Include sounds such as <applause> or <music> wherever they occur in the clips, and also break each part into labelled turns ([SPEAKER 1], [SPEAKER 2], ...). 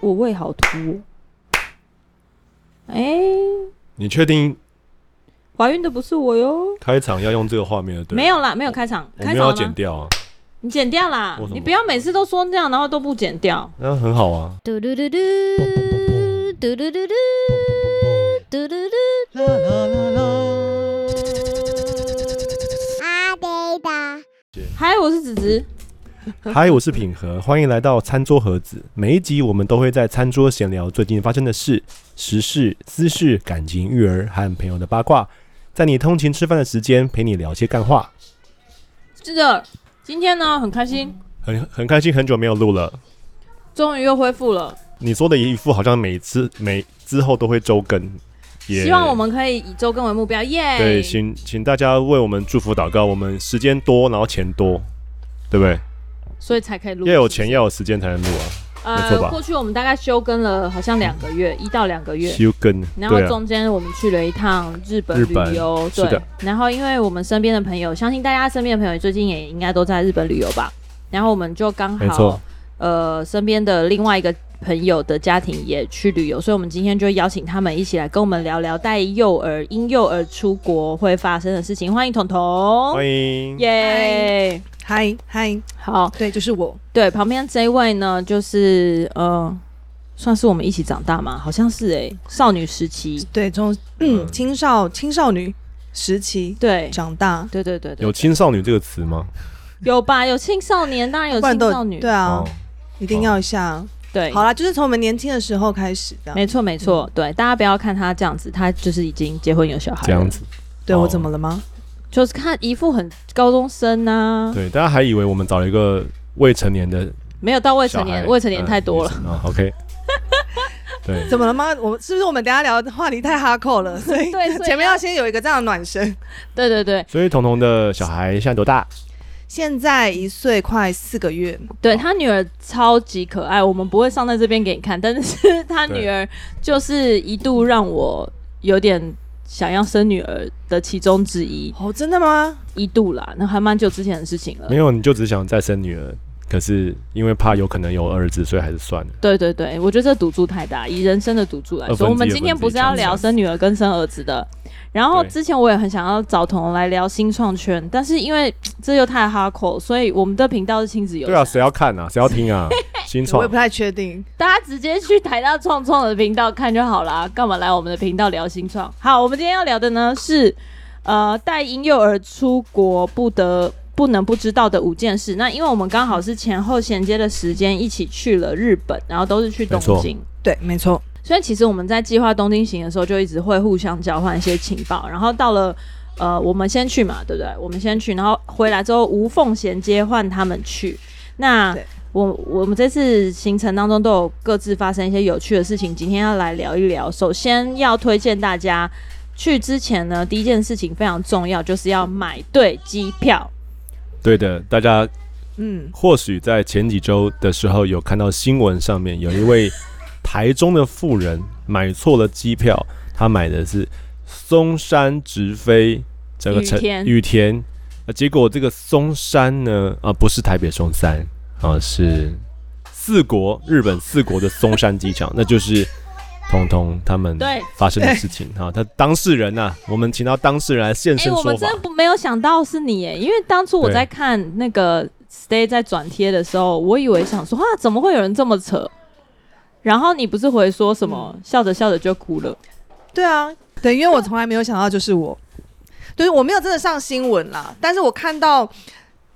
[SPEAKER 1] 我胃好突哦。哎、
[SPEAKER 2] 你确定
[SPEAKER 1] 怀孕的不是我哟。
[SPEAKER 2] 开场要用这个画面的？对，
[SPEAKER 1] 没，有啦，没有开场，
[SPEAKER 2] 我
[SPEAKER 1] 开
[SPEAKER 2] 们
[SPEAKER 1] 场
[SPEAKER 2] 要
[SPEAKER 1] 了
[SPEAKER 2] 剪
[SPEAKER 1] 吗？
[SPEAKER 2] 掉啊，
[SPEAKER 1] 你剪掉啦
[SPEAKER 2] 为什，么
[SPEAKER 1] 你不要每次都说这样，然后都不剪掉。
[SPEAKER 2] 那很好啊。
[SPEAKER 3] 嘟嘟嘟嘟，嘟嘟嘟嘟，嘟嘟嘟。
[SPEAKER 1] 嗨，我是子子，
[SPEAKER 2] 嗨，我是品和，欢迎来到餐桌盒子。每一集我们都会在餐桌闲聊最近发生的事、时事、私事、感情、育儿和朋友的八卦，在你通勤吃饭的时间陪你聊些干话。
[SPEAKER 1] 是的，今天呢很开心，
[SPEAKER 2] 很很开心，很久没有录了。
[SPEAKER 1] 终于又恢复了，
[SPEAKER 2] 你说的一副好像每次每之后都会周更，也
[SPEAKER 1] 希望我们哎可以以周更为目标，耶！
[SPEAKER 2] 对，请请大家为我们祝福祷告。我们时间多，然后钱多，对不对？
[SPEAKER 1] 所以才可以录。
[SPEAKER 2] 要有钱，要有时间才能录啊。没错吧
[SPEAKER 1] 呃，过去我们大概休更了好像两个月，一到两个月。
[SPEAKER 2] 休更，
[SPEAKER 1] 然后
[SPEAKER 2] 对啊，
[SPEAKER 1] 中间我们去了一趟日本
[SPEAKER 2] 日
[SPEAKER 1] 旅
[SPEAKER 2] 本
[SPEAKER 1] 游，
[SPEAKER 2] 是
[SPEAKER 1] 对
[SPEAKER 2] 的。
[SPEAKER 1] 然后因为我们身边的朋友，相信大家身边的朋友最近也应该都在日本旅游吧。然后我们就刚
[SPEAKER 2] 没
[SPEAKER 1] 好
[SPEAKER 2] 错，
[SPEAKER 1] 呃，身边的另外一个朋友的家庭也去旅游，所以我们今天就邀请他们一起来跟我们聊聊带幼儿、婴幼儿出国会发生的事情。欢迎彤彤，
[SPEAKER 2] 欢迎。
[SPEAKER 1] 耶！
[SPEAKER 4] 嗨嗨，
[SPEAKER 1] 好，
[SPEAKER 4] 对，就是我。
[SPEAKER 1] 对，旁边这一位呢，就是呃，算是我们一起长大嘛，好像是哎、少女时期，
[SPEAKER 4] 对，从
[SPEAKER 2] 嗯
[SPEAKER 4] 嗯青少青少女时期
[SPEAKER 1] 对，
[SPEAKER 4] 长大，
[SPEAKER 1] 对对对对，
[SPEAKER 2] 有青少女这个词吗？
[SPEAKER 1] 有吧？有青少年，当然有
[SPEAKER 4] 不然
[SPEAKER 1] 青
[SPEAKER 4] 都
[SPEAKER 1] 少女，
[SPEAKER 4] 对啊，
[SPEAKER 2] 哦，
[SPEAKER 4] 一定要一下。
[SPEAKER 1] 对
[SPEAKER 4] 好啦，嗯就是从我们年轻的时候开始的。
[SPEAKER 1] 没错没错，对，大家不要看他这样子，他就是已经结婚有小孩了，
[SPEAKER 2] 这样，子。
[SPEAKER 4] 对
[SPEAKER 2] 哦
[SPEAKER 4] 我怎么了吗？
[SPEAKER 1] 就是看一副很高中生啊呐、
[SPEAKER 2] 对，大家还以为我们找了一个未成年的
[SPEAKER 1] 没有到未
[SPEAKER 2] 小
[SPEAKER 1] 成
[SPEAKER 2] 孩
[SPEAKER 1] 年，未成年
[SPEAKER 2] 嗯
[SPEAKER 1] 太多了，
[SPEAKER 2] 女生啊。OK，对，
[SPEAKER 4] 怎么了吗？我是不是我们等一下聊的话题太哈扣 <laughs> 了？所以
[SPEAKER 1] 对所以
[SPEAKER 4] 前面要先有一个这样的暖身。
[SPEAKER 1] 对对对，
[SPEAKER 2] 所以彤彤的小孩现在多大？
[SPEAKER 4] 现在一岁快四个月，
[SPEAKER 1] 对他女儿超级可爱，我们不会上在这边给你看，但是他
[SPEAKER 2] 对
[SPEAKER 1] 女儿就是一度让我有点想要生女儿的其中之一，
[SPEAKER 4] 哦，真的吗？
[SPEAKER 1] 一度啦，那还蛮久之前的事情了
[SPEAKER 2] 没。有，你就只想再生女儿，可是因为怕有可能有儿子，所以还是算了。
[SPEAKER 1] 对对对，我觉得这赌注太大，以人生的赌注来
[SPEAKER 2] 二分
[SPEAKER 1] 说，
[SPEAKER 2] 之一
[SPEAKER 1] 我们今天不是要聊生女儿跟生儿子的。然后
[SPEAKER 2] 对
[SPEAKER 1] 之前我也很想要找彤来聊新创圈，但是因为嘖这又太 hardcore，所以我们的频道是亲子友
[SPEAKER 2] 对啊，
[SPEAKER 1] 善，
[SPEAKER 2] 谁要看啊？谁要听
[SPEAKER 1] <laughs>
[SPEAKER 2] 啊？新
[SPEAKER 4] 我
[SPEAKER 2] 创
[SPEAKER 4] 也不太确定。
[SPEAKER 1] 大家直接去台大创创的频道看就好啦，干嘛来我们的频道聊新创？好，我们今天要聊的呢是，呃，带婴幼儿出国不得不能不知道的五件事。那因为我们刚好是前后衔接的时间一起去了日本，然后都是去东
[SPEAKER 2] 没错
[SPEAKER 1] 京。
[SPEAKER 4] 对，没错。
[SPEAKER 1] 所以其实我们在计划东京行的时候，就一直会互相交换一些情报，然后到了。呃，我们先去嘛，对不对？我们先去，然后回来之后无缝衔接换他们去。那
[SPEAKER 4] 对
[SPEAKER 1] 我我们这次行程当中都有各自发生一些有趣的事情，今天要来聊一聊。首先要推荐大家去之前呢，第一件事情非常重要，就是要买对机票。
[SPEAKER 2] 对的，大家
[SPEAKER 4] 嗯，
[SPEAKER 2] 或许在前几周的时候有看到新闻上面有一位台中的富人买错了机票，他买的是松山直飞这个城
[SPEAKER 1] 羽田
[SPEAKER 2] 羽田，呃结果这个松山呢，啊、不是台北松山，啊、是四国日本四国的松山机场，那就是。彤彤他们
[SPEAKER 1] 对
[SPEAKER 2] 发生的事情哈，他当事人呐、我们请到当事人来现
[SPEAKER 1] 哎、
[SPEAKER 2] 身
[SPEAKER 1] 我
[SPEAKER 2] 说
[SPEAKER 1] 们
[SPEAKER 2] 法
[SPEAKER 1] 真。的不没有想到是你耶，因为当初我
[SPEAKER 2] 对
[SPEAKER 1] 在看那个 Stay 在转贴的时候，我以为想说啊，怎么会有人这么扯？然后你不是回说什
[SPEAKER 4] 嗯
[SPEAKER 1] 么、笑着笑着就哭了？
[SPEAKER 4] 对啊，对，因为我从来没有想到就是我，对我没有真的上新闻啦，但是我看到。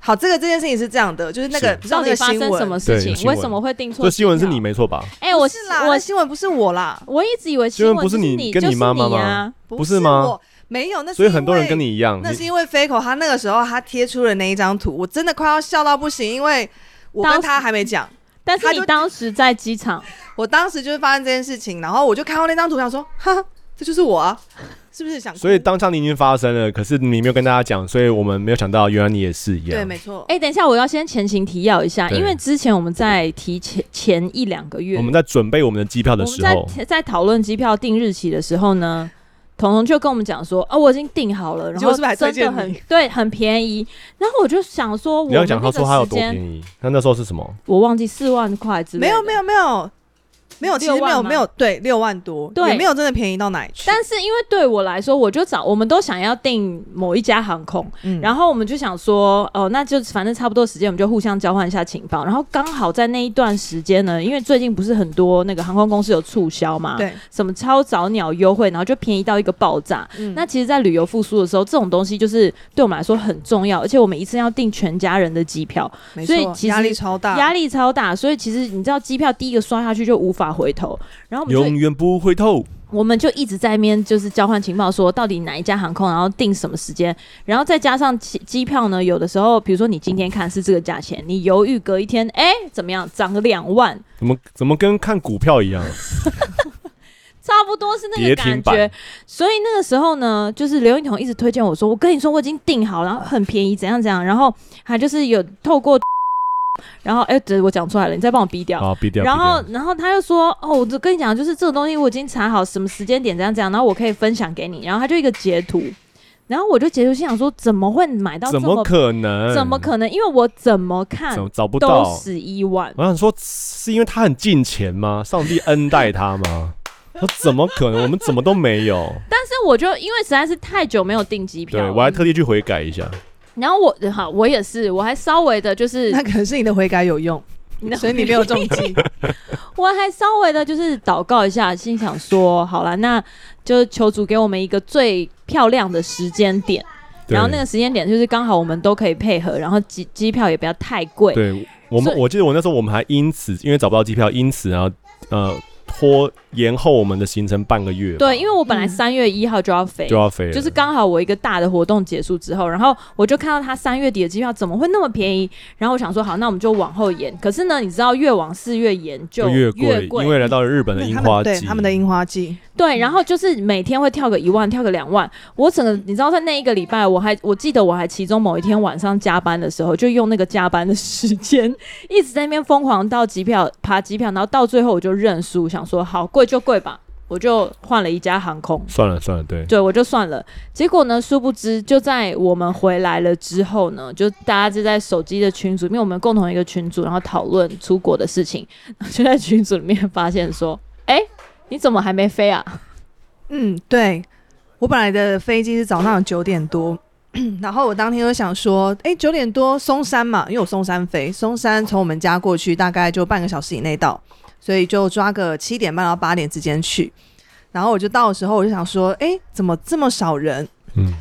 [SPEAKER 4] 好，这个这件事情是这样的，就是那个
[SPEAKER 2] 是
[SPEAKER 4] 不知道
[SPEAKER 1] 到
[SPEAKER 4] 那
[SPEAKER 1] 底
[SPEAKER 4] 个
[SPEAKER 1] 发
[SPEAKER 4] 新
[SPEAKER 1] 生什么
[SPEAKER 4] 闻，
[SPEAKER 1] 事
[SPEAKER 2] 对有
[SPEAKER 1] 情？
[SPEAKER 2] 新
[SPEAKER 1] 为
[SPEAKER 2] 闻
[SPEAKER 1] 什么会订错？
[SPEAKER 2] 这新闻是你？没错吧？
[SPEAKER 1] 哎、我
[SPEAKER 4] 不是啦，
[SPEAKER 1] 我
[SPEAKER 4] 那新闻不是我啦，
[SPEAKER 1] 我一直以为
[SPEAKER 2] 新闻
[SPEAKER 1] 闻
[SPEAKER 2] 不是
[SPEAKER 1] 就
[SPEAKER 2] 你
[SPEAKER 1] 是
[SPEAKER 2] 跟
[SPEAKER 1] 就是
[SPEAKER 2] 你
[SPEAKER 1] 你
[SPEAKER 2] 妈妈吗
[SPEAKER 1] 啊
[SPEAKER 2] 不是吗
[SPEAKER 4] 我？没有，那是
[SPEAKER 2] 所以很多人
[SPEAKER 4] 因为
[SPEAKER 2] 跟你一样，
[SPEAKER 4] 那
[SPEAKER 2] 你
[SPEAKER 4] 是因为 Faco 他那个时候他贴出了那一张图，我真的快要笑到不行，因为我
[SPEAKER 1] 当
[SPEAKER 4] 跟
[SPEAKER 1] 时
[SPEAKER 4] 他还没讲，
[SPEAKER 1] 但是
[SPEAKER 4] 他
[SPEAKER 1] 你
[SPEAKER 4] 就
[SPEAKER 1] 当时在机场，
[SPEAKER 4] 我当时就是发生这件事情，然后我就看到那张图，想说，哈，这就是我啊，是不是想哭？
[SPEAKER 2] 所以当场你已经发生了，可是你没有跟大家讲，所以我们没有想到，原来你也是一样。
[SPEAKER 4] 对，没错，
[SPEAKER 1] 哎、等一下，我要先前情提要一下，
[SPEAKER 2] 对
[SPEAKER 1] 因为之前我们在提前前一两个月，
[SPEAKER 2] 我们在准备我们的机票的时
[SPEAKER 1] 我
[SPEAKER 2] 候
[SPEAKER 1] 们，在在讨论机票定日期的时候呢，彤彤就跟我们讲说，哦，我已经订好了，然
[SPEAKER 4] 结果
[SPEAKER 1] 后
[SPEAKER 4] 是不是还推
[SPEAKER 1] 真
[SPEAKER 4] 荐
[SPEAKER 1] 的
[SPEAKER 4] 你
[SPEAKER 1] 很对，很便宜。然后我就想说，我
[SPEAKER 2] 你要
[SPEAKER 1] 们
[SPEAKER 2] 讲
[SPEAKER 1] 那
[SPEAKER 2] 他
[SPEAKER 1] 个
[SPEAKER 2] 说他有
[SPEAKER 1] 时
[SPEAKER 2] 多便
[SPEAKER 1] 间，
[SPEAKER 2] 宜，他那时候是什么？
[SPEAKER 1] 我忘记四万块之类
[SPEAKER 4] 没
[SPEAKER 1] 的
[SPEAKER 4] 有没有没有，没有，其实没
[SPEAKER 1] 六
[SPEAKER 4] 有
[SPEAKER 1] 万吗
[SPEAKER 4] 没有，对，六万多，
[SPEAKER 1] 对
[SPEAKER 4] 也没有真的便宜到哪里去。
[SPEAKER 1] 但是因为对我来说，我就找我们都想要订某一家航空，
[SPEAKER 4] 嗯
[SPEAKER 1] 然后我们就想说，哦，那就反正差不多时间，我们就互相交换一下情报。然后刚好在那一段时间呢，因为最近不是很多那个航空公司有促销嘛，，
[SPEAKER 4] 对，
[SPEAKER 1] 什么超早鸟优惠，然后就便宜到一个爆炸。
[SPEAKER 4] 嗯
[SPEAKER 1] 那其实，在旅游复苏的时候，这种东西就是对我们来说很重要，而且我们一次要订全家人的机票，
[SPEAKER 4] 没
[SPEAKER 1] 所以
[SPEAKER 4] 错
[SPEAKER 1] 其实
[SPEAKER 4] 压力超大，
[SPEAKER 1] 压力超大。所以其实你知道，机票第一个刷下去就无法回头，然后我们就
[SPEAKER 2] 永远不会透。
[SPEAKER 1] 我们就一直在面就是交换情报，说到底哪一家航空，然后定什么时间，然后再加上机机票呢，有的时候比如说你今天看是这个价钱，你犹豫隔一天，哎、怎么样，涨个两万，
[SPEAKER 2] 怎么怎么跟看股票一样？
[SPEAKER 1] 差不多是那个
[SPEAKER 2] 跌停
[SPEAKER 1] 感
[SPEAKER 2] 板
[SPEAKER 1] 觉。所以那个时候呢，就是刘英彤一直推荐我说，我跟你说我已经订好，然后很便宜，怎样怎样，然后还就是有透过， <laughs> 然后哎、对我讲出来了，你再帮我逼掉。
[SPEAKER 2] 好，啊毙掉。
[SPEAKER 1] 然后
[SPEAKER 2] 毙，掉
[SPEAKER 1] 然后他就说：“哦，我就跟你讲，就是这个东西我已经查好什么时间点怎样怎样，然后我可以分享给你。”然后他就一个截图，然后我就截图心想说：“怎么会买到这
[SPEAKER 2] 怎
[SPEAKER 1] 么
[SPEAKER 2] 么可能？
[SPEAKER 1] 怎么可能？因为我怎么看
[SPEAKER 2] 怎么找不
[SPEAKER 1] 都
[SPEAKER 2] 到？
[SPEAKER 1] 十一万。
[SPEAKER 2] 我想说，是因为他很近钱吗？上帝恩待
[SPEAKER 1] <laughs>
[SPEAKER 2] 他吗？我说怎么可能？我们怎么都没有。
[SPEAKER 1] 但是我就因为实在是太久没有订机票
[SPEAKER 2] 对
[SPEAKER 1] 了，
[SPEAKER 2] 我还特地去悔改一下。
[SPEAKER 1] 然后我好，我也是，我还稍微的就是
[SPEAKER 4] 那可能是你的悔改
[SPEAKER 1] <laughs>
[SPEAKER 4] 有用，所以你没有中计。
[SPEAKER 1] 我还稍微的就是祷告一下，心想说，好了，那就求主给我们一个最漂亮的时间点。
[SPEAKER 2] 对
[SPEAKER 1] 然后那个时间点就是刚好我们都可以配合，然后机机票也不要太贵。
[SPEAKER 2] 对我
[SPEAKER 1] 所
[SPEAKER 2] 们，
[SPEAKER 1] 以
[SPEAKER 2] 我记得我那时候我们还因此因为找不到机票，因此然后呃拖延后我们的行程半个月吧。
[SPEAKER 1] 对因为我本来
[SPEAKER 4] 嗯
[SPEAKER 1] 三月一号就要飞，
[SPEAKER 2] 就要飞了，
[SPEAKER 1] 就是刚好我一个大的活动结束之后，然后我就看到他三月底的机票怎么会那么便宜？然后我想说，好，那我们就往后延。可是呢，你知道越往四月延就
[SPEAKER 2] 就越
[SPEAKER 1] 越
[SPEAKER 2] 贵，因为来到了日本的樱
[SPEAKER 4] 他
[SPEAKER 2] 花
[SPEAKER 4] 们对
[SPEAKER 2] 季，
[SPEAKER 4] 他们的樱花季，
[SPEAKER 1] 对，然后就是每天会跳个一万，跳个两万。我整个你知道，在那一个礼拜，我还我记得我还其中某一天晚上加班的时候，就用那个加班的时间 <laughs> 一直在那边疯狂到机票爬机票，然后到最后我就认输，想说好贵就贵吧，我就换了一家航空。
[SPEAKER 2] 算了算了，对，
[SPEAKER 1] 对，我就算了。结果呢，殊不知就在我们回来了之后呢，就大家就在手机的群组，因为我们共同一个群组，然后讨论出国的事情，就在群组里面发现说，哎，你怎么还没飞啊？
[SPEAKER 4] 嗯，对我本来的飞机是早上九点多。 <clears throat> 然后我当天就想说，哎，九点多松山嘛，因为我松山飞，松山从我们家过去大概就半个小时以内到，所以就抓个七点半到八点之间去。然后我就到的时候，我就想说，哎，怎么这么少人？
[SPEAKER 2] 嗯，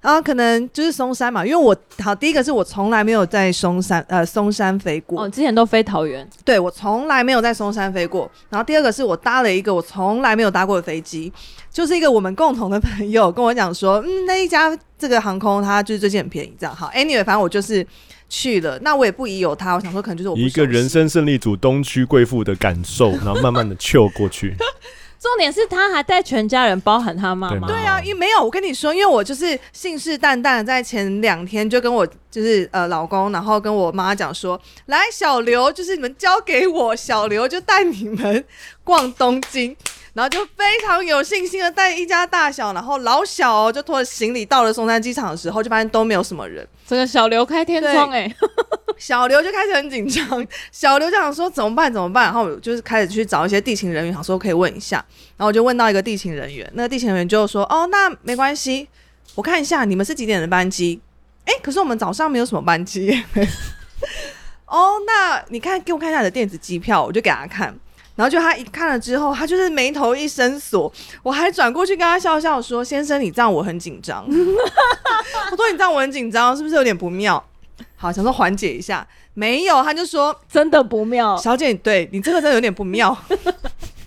[SPEAKER 4] 啊，可能就是松山嘛，因为我好第一个是我从来没有在松山呃松山飞过，
[SPEAKER 1] 哦，之前都飞桃园，
[SPEAKER 4] 对我从来没有在松山飞过。然后第二个是我搭了一个我从来没有搭过的飞机，就是一个我们共同的朋友跟我讲说，嗯，那一家这个航空它就是最近很便宜，这样好。Anyway，反正我就是去了，那我也不疑有他，我想说可能就是我不
[SPEAKER 2] 一个
[SPEAKER 4] 熟悉
[SPEAKER 2] 人生胜利组东区贵妇的感受，然后慢慢的 chill
[SPEAKER 1] <laughs>
[SPEAKER 2] 过去，
[SPEAKER 1] 重点是他还带全家人，包含他妈
[SPEAKER 2] 对
[SPEAKER 1] 妈。
[SPEAKER 2] 吗
[SPEAKER 4] 对啊，因为没有，我跟你说，因为我就是信誓旦旦的，在前两天就跟我就是呃老公，然后跟我妈讲说，来小刘，就是你们交给我，小刘就带你们逛东京，然后就非常有信心的带一家大小，然后老小、哦、就拖着行李到了松山机场的时候，就发现都没有什么人，
[SPEAKER 1] 整个小刘开天窗哎、 <laughs>
[SPEAKER 4] <laughs> 小刘就开始很紧张， <laughs> 小刘就想说怎么办怎么办，然后我就是开始去找一些地勤人员，想说可以问一下，然后我就问到一个地勤人员，那个地勤人员就说哦那没关系，我看一下你们是几点的班机，哎可是我们早上没有什么班机， <laughs> 哦那你看给我看一下你的电子机票，我就给他看。然后就他一看了之后，他就是眉头一深锁，我还转过去跟他笑笑说：“先生，你这样我很紧张。” <laughs> 我说：“你这样我很紧张，是不是有点不妙？”好，想说缓解一下，没有，他就说
[SPEAKER 1] 真的不妙。
[SPEAKER 4] 小姐，对你这个真的有点不妙。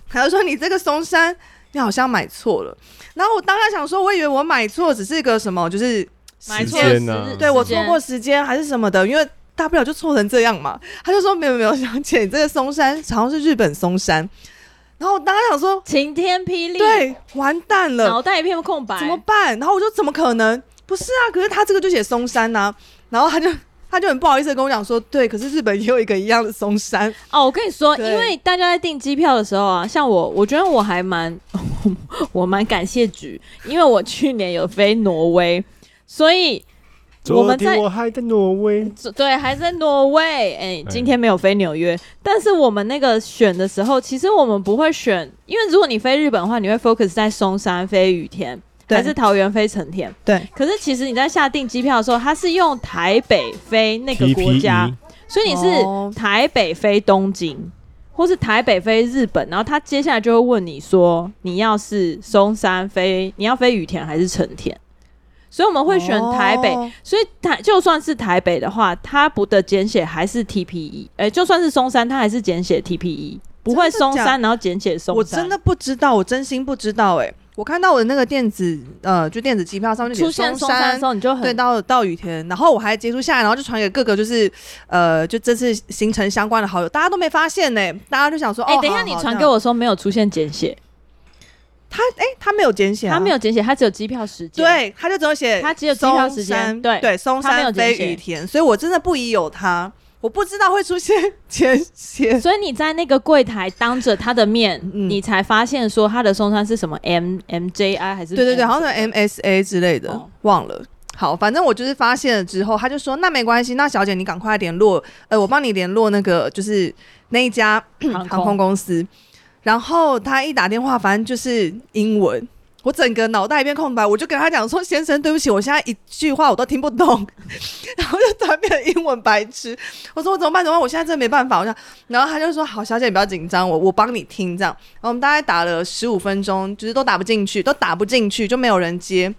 [SPEAKER 4] 他就说你这个松山，你好像买错了。然后我当下想说，我以为我买错只是个什么，就是
[SPEAKER 1] 买
[SPEAKER 2] 啊时
[SPEAKER 1] 错了
[SPEAKER 2] 间
[SPEAKER 1] 时
[SPEAKER 2] 呢
[SPEAKER 1] 日，
[SPEAKER 4] 对我
[SPEAKER 1] 时
[SPEAKER 4] 错
[SPEAKER 1] 间
[SPEAKER 4] 过时间还是什么的，因为大不了就错成这样嘛。他就说没有没有， <laughs> 小姐，你这个松山好像是日本松山。然后我当时想说，
[SPEAKER 1] 晴天霹雳，，
[SPEAKER 4] 对，完蛋了，
[SPEAKER 1] 脑袋一片空白，
[SPEAKER 4] 怎么办？然后我就怎么可能？不是啊，可是他这个就写松山呐、然后他就他就很不好意思地跟我讲说，对，可是日本也有一个一样的松山，
[SPEAKER 1] 哦，我跟你说，因
[SPEAKER 4] 对
[SPEAKER 1] 为大家在订机票的时候啊，像我，我觉得我还蛮 <laughs> 我蛮感谢局，因为我去年有飞挪威，所以我们
[SPEAKER 2] 昨
[SPEAKER 1] 在
[SPEAKER 2] 天我还在挪威，
[SPEAKER 1] 对，还在挪威。哎、今天没有飞纽约，但是我们那个选的时候，其实我们不会选，因为如果你飞日本的话，你会 focus 在松山飞羽田，
[SPEAKER 4] 对
[SPEAKER 1] 还是桃园飞成田。
[SPEAKER 4] 对，
[SPEAKER 1] 可是其实你在下订机票的时候，它是用台北飞那个国家
[SPEAKER 2] TPE，
[SPEAKER 1] 所以你
[SPEAKER 4] 哦
[SPEAKER 1] 是台北飞东京，或是台北飞日本，然后他接下来就会问你说，你要是松山飞，你要飞羽田还是成田？所以我们会选台北，
[SPEAKER 4] 哦
[SPEAKER 1] 所以台就算是台北的话，它不的简写还是 TPE，哎、就算是松山，它还是简写 TPE，不会
[SPEAKER 4] 真的
[SPEAKER 1] 松
[SPEAKER 4] 假
[SPEAKER 1] 山然后简写松山。
[SPEAKER 4] 我真的不知道，我真心不知道哎、我看到我的那个电子呃，就电子机票上面就
[SPEAKER 1] 出
[SPEAKER 4] 写
[SPEAKER 1] 现松山的
[SPEAKER 4] 山
[SPEAKER 1] 时，候，你就很
[SPEAKER 4] 对，到到雨田，然后我还截图下来，然后就传给各个就是呃，就这次行程相关的好友，大家都没发现呢、大家就想说，
[SPEAKER 1] 哎、
[SPEAKER 4] 哦，
[SPEAKER 1] 等一
[SPEAKER 4] 好
[SPEAKER 1] 下你
[SPEAKER 4] 好
[SPEAKER 1] 传
[SPEAKER 4] 这
[SPEAKER 1] 给
[SPEAKER 4] 样，
[SPEAKER 1] 我说没有出现简写，
[SPEAKER 4] 他哎、他没有简写、啊，
[SPEAKER 1] 它没，有简写，它只有机票时间。
[SPEAKER 4] 对，他就只有写，
[SPEAKER 1] 他只有机票时间对
[SPEAKER 4] 对，松
[SPEAKER 1] 他没有
[SPEAKER 4] 山飞
[SPEAKER 1] 简写
[SPEAKER 4] 雨田，所以我真的不疑有他，我不知道会出现 <laughs> 简 <laughs> 写，
[SPEAKER 1] 所以你在那个柜台当着他的面，
[SPEAKER 4] 嗯
[SPEAKER 1] 你才发现说他的松山是什么 M M J I 还是
[SPEAKER 4] 对对对，好像
[SPEAKER 1] 什么
[SPEAKER 4] 是 MSA 之类的，
[SPEAKER 1] 哦
[SPEAKER 4] 忘了。好，反正我就是发现了之后，他就说那没关系，那小姐你赶快联络，呃，我帮你联络那个就是那一家
[SPEAKER 1] 航
[SPEAKER 4] 航空
[SPEAKER 1] 空
[SPEAKER 4] 公司。然后他一打电话，反正就是英文，我整个脑袋一片空白，我就跟他讲说：“先生，对不起，我现在一句话我都听不懂。” <laughs> 然后就突然变成英文白痴。我说：“我怎么办？怎么办？我现在真的没办法。”我想，然后他就说：“好，小姐，你不要紧张，我我帮你听。”这样，然后我们大概打了十五分钟，就是都打不进去，都打不进去，就没有人接。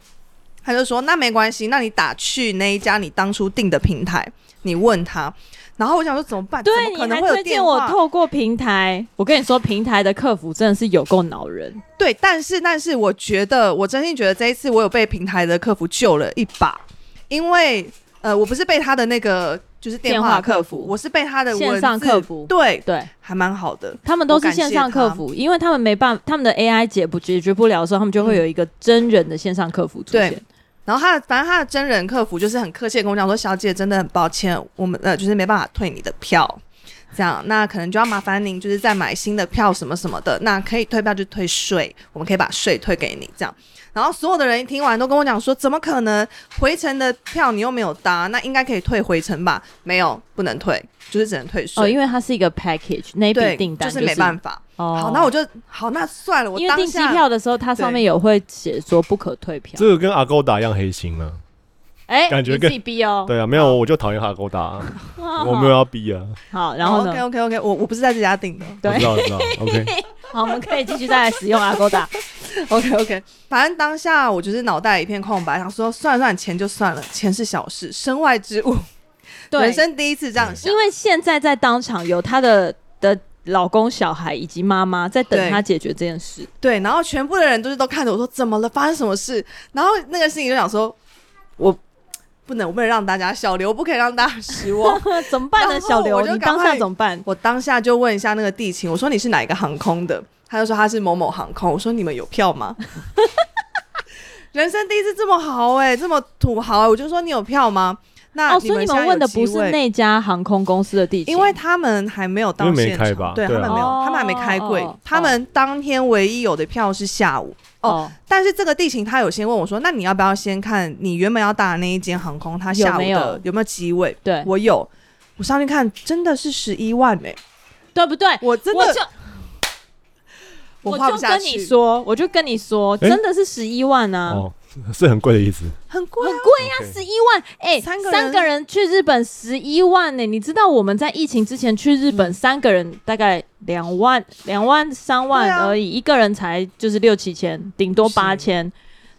[SPEAKER 4] 他就说：“那没关系，那你打去那一家你当初订的平台，你问他。”然后我想说怎么办？怎
[SPEAKER 1] 对，
[SPEAKER 4] 么
[SPEAKER 1] 你
[SPEAKER 4] 可能
[SPEAKER 1] 还
[SPEAKER 4] 会有
[SPEAKER 1] 推荐
[SPEAKER 4] 电
[SPEAKER 1] 我
[SPEAKER 4] 话
[SPEAKER 1] 透过平台，我跟你说，平台的客服真的是有够恼人。
[SPEAKER 4] 对，但是但是，我觉得我真心觉得这一次我有被平台的客服救了一把，因为呃，我不是被他的那个就是电话客
[SPEAKER 1] 电话客
[SPEAKER 4] 服
[SPEAKER 1] 服，
[SPEAKER 4] 我是被他的
[SPEAKER 1] 线
[SPEAKER 4] 文
[SPEAKER 1] 上
[SPEAKER 4] 字
[SPEAKER 1] 客服
[SPEAKER 4] 对， <laughs>
[SPEAKER 1] 对
[SPEAKER 4] 还蛮好的。
[SPEAKER 1] 他们都是线上客服，因为他们没办法，他们的 AI 解不解决不了的时候，他们就会有一个真人的线上客服出现。
[SPEAKER 4] 对然后他的反正他的真人客服就是很客气的跟我讲说：“小姐，真的很抱歉，我们呃就是没办法退你的票，这样那可能就要麻烦您就是再买新的票什么什么的。那可以退票就退税，我们可以把税退给你这样。”然后所有的人一听完都跟我讲说：“怎么可能？回程的票你又没有搭，那应该可以退回程吧？没有，不能退，就是只能退税。
[SPEAKER 1] 哦，因为它是一个 package 那一笔
[SPEAKER 4] 对，
[SPEAKER 1] 订单、
[SPEAKER 4] 就是是没办
[SPEAKER 1] 法。
[SPEAKER 4] 法。
[SPEAKER 1] 哦
[SPEAKER 4] 好，那我就好，那算了，我呃
[SPEAKER 1] 因为
[SPEAKER 4] 当
[SPEAKER 1] 订机
[SPEAKER 4] 下
[SPEAKER 1] 票的时候，它上面有会写说不可退票
[SPEAKER 4] <laughs>
[SPEAKER 2] 这。个跟阿勾达一样黑心啊。
[SPEAKER 1] 哎，
[SPEAKER 2] 感觉
[SPEAKER 1] 你
[SPEAKER 2] 跟
[SPEAKER 1] 自己逼哦。
[SPEAKER 2] 对啊，没有，我就讨厌阿勾达
[SPEAKER 1] <laughs>
[SPEAKER 2] 啊，我没有要逼啊。
[SPEAKER 1] 好，然后呢？
[SPEAKER 4] ，OK OK OK，我我不是在这家订的。
[SPEAKER 2] 我
[SPEAKER 1] 对
[SPEAKER 2] 知道，我知
[SPEAKER 1] <laughs>
[SPEAKER 2] 道。OK，
[SPEAKER 1] 好，我们可以继续再来使用 Agoda。
[SPEAKER 4] <laughs> OK OK，反 <laughs> 正当下我就是脑袋一片空白，想说算了算了，钱就算了，钱是小事，身外之物，人生第一次这样想
[SPEAKER 1] 因。为现在在当场有她的的老公、小孩以及妈妈在等
[SPEAKER 4] 对
[SPEAKER 1] 她解决这件事。
[SPEAKER 4] 对，然后全部的人都是都看着我说怎么了，发生什么事？然后那个心里就想说，我不能，我不能让大家小刘，不可以让大家
[SPEAKER 1] <laughs>
[SPEAKER 4] 失望。
[SPEAKER 1] 怎么办呢，
[SPEAKER 4] 然后
[SPEAKER 1] 小
[SPEAKER 4] 我
[SPEAKER 1] 刘？
[SPEAKER 4] 就
[SPEAKER 1] 你
[SPEAKER 4] 赶
[SPEAKER 1] 当下
[SPEAKER 4] 快
[SPEAKER 1] 怎么办？
[SPEAKER 4] 我当下就问一下那个地勤，我说你是哪一个航空的？他就说他是某某航空。我说你们有票
[SPEAKER 1] <laughs>
[SPEAKER 4] 吗？人生第一次这么豪哎、这么土豪、欸，我就说你有票吗？那
[SPEAKER 1] 哦，所以你
[SPEAKER 4] 啊现在
[SPEAKER 1] 们
[SPEAKER 4] 有
[SPEAKER 1] 问的
[SPEAKER 4] 机
[SPEAKER 1] 不是
[SPEAKER 4] 位
[SPEAKER 1] 那家航空公司的地勤，
[SPEAKER 4] 因为他们还没有到
[SPEAKER 2] 因为没
[SPEAKER 4] 现场，
[SPEAKER 2] 开吧
[SPEAKER 4] 对他
[SPEAKER 2] 对啊
[SPEAKER 4] 们没有，
[SPEAKER 1] 哦
[SPEAKER 4] 他们还没开柜，
[SPEAKER 1] 哦哦
[SPEAKER 4] 他们当天唯一有的票是下午。
[SPEAKER 1] 哦
[SPEAKER 4] 但是这个地勤他有先问我说：“那你要不要先看你原本要搭的那一间航空，他下午的
[SPEAKER 1] 有没有
[SPEAKER 4] 有没有机位？”
[SPEAKER 1] 对
[SPEAKER 4] 我有，我上去看，真的是十一万哎、
[SPEAKER 1] 对不对？
[SPEAKER 4] 我真
[SPEAKER 1] 我
[SPEAKER 4] 的
[SPEAKER 1] 就
[SPEAKER 4] 花
[SPEAKER 1] 我
[SPEAKER 4] 不
[SPEAKER 1] 就
[SPEAKER 4] 下
[SPEAKER 1] 跟
[SPEAKER 4] 去，
[SPEAKER 1] 你说，我就跟你说，
[SPEAKER 2] 诶
[SPEAKER 1] 真的是十一万啊，
[SPEAKER 2] 哦，是很贵的意思。
[SPEAKER 4] 很贵
[SPEAKER 1] 很
[SPEAKER 4] 啊、
[SPEAKER 1] 贵呀，
[SPEAKER 2] OK
[SPEAKER 1] 十一万，哎，
[SPEAKER 4] 三
[SPEAKER 1] 三
[SPEAKER 4] 个人
[SPEAKER 1] 个人去日本十一万呢，你知道我们在疫情之前去日
[SPEAKER 4] 嗯
[SPEAKER 1] 本，三个人大概两万、两万、三万
[SPEAKER 4] 对啊
[SPEAKER 1] 而已，一个人才就是六七千，顶多
[SPEAKER 4] 是
[SPEAKER 1] 八千。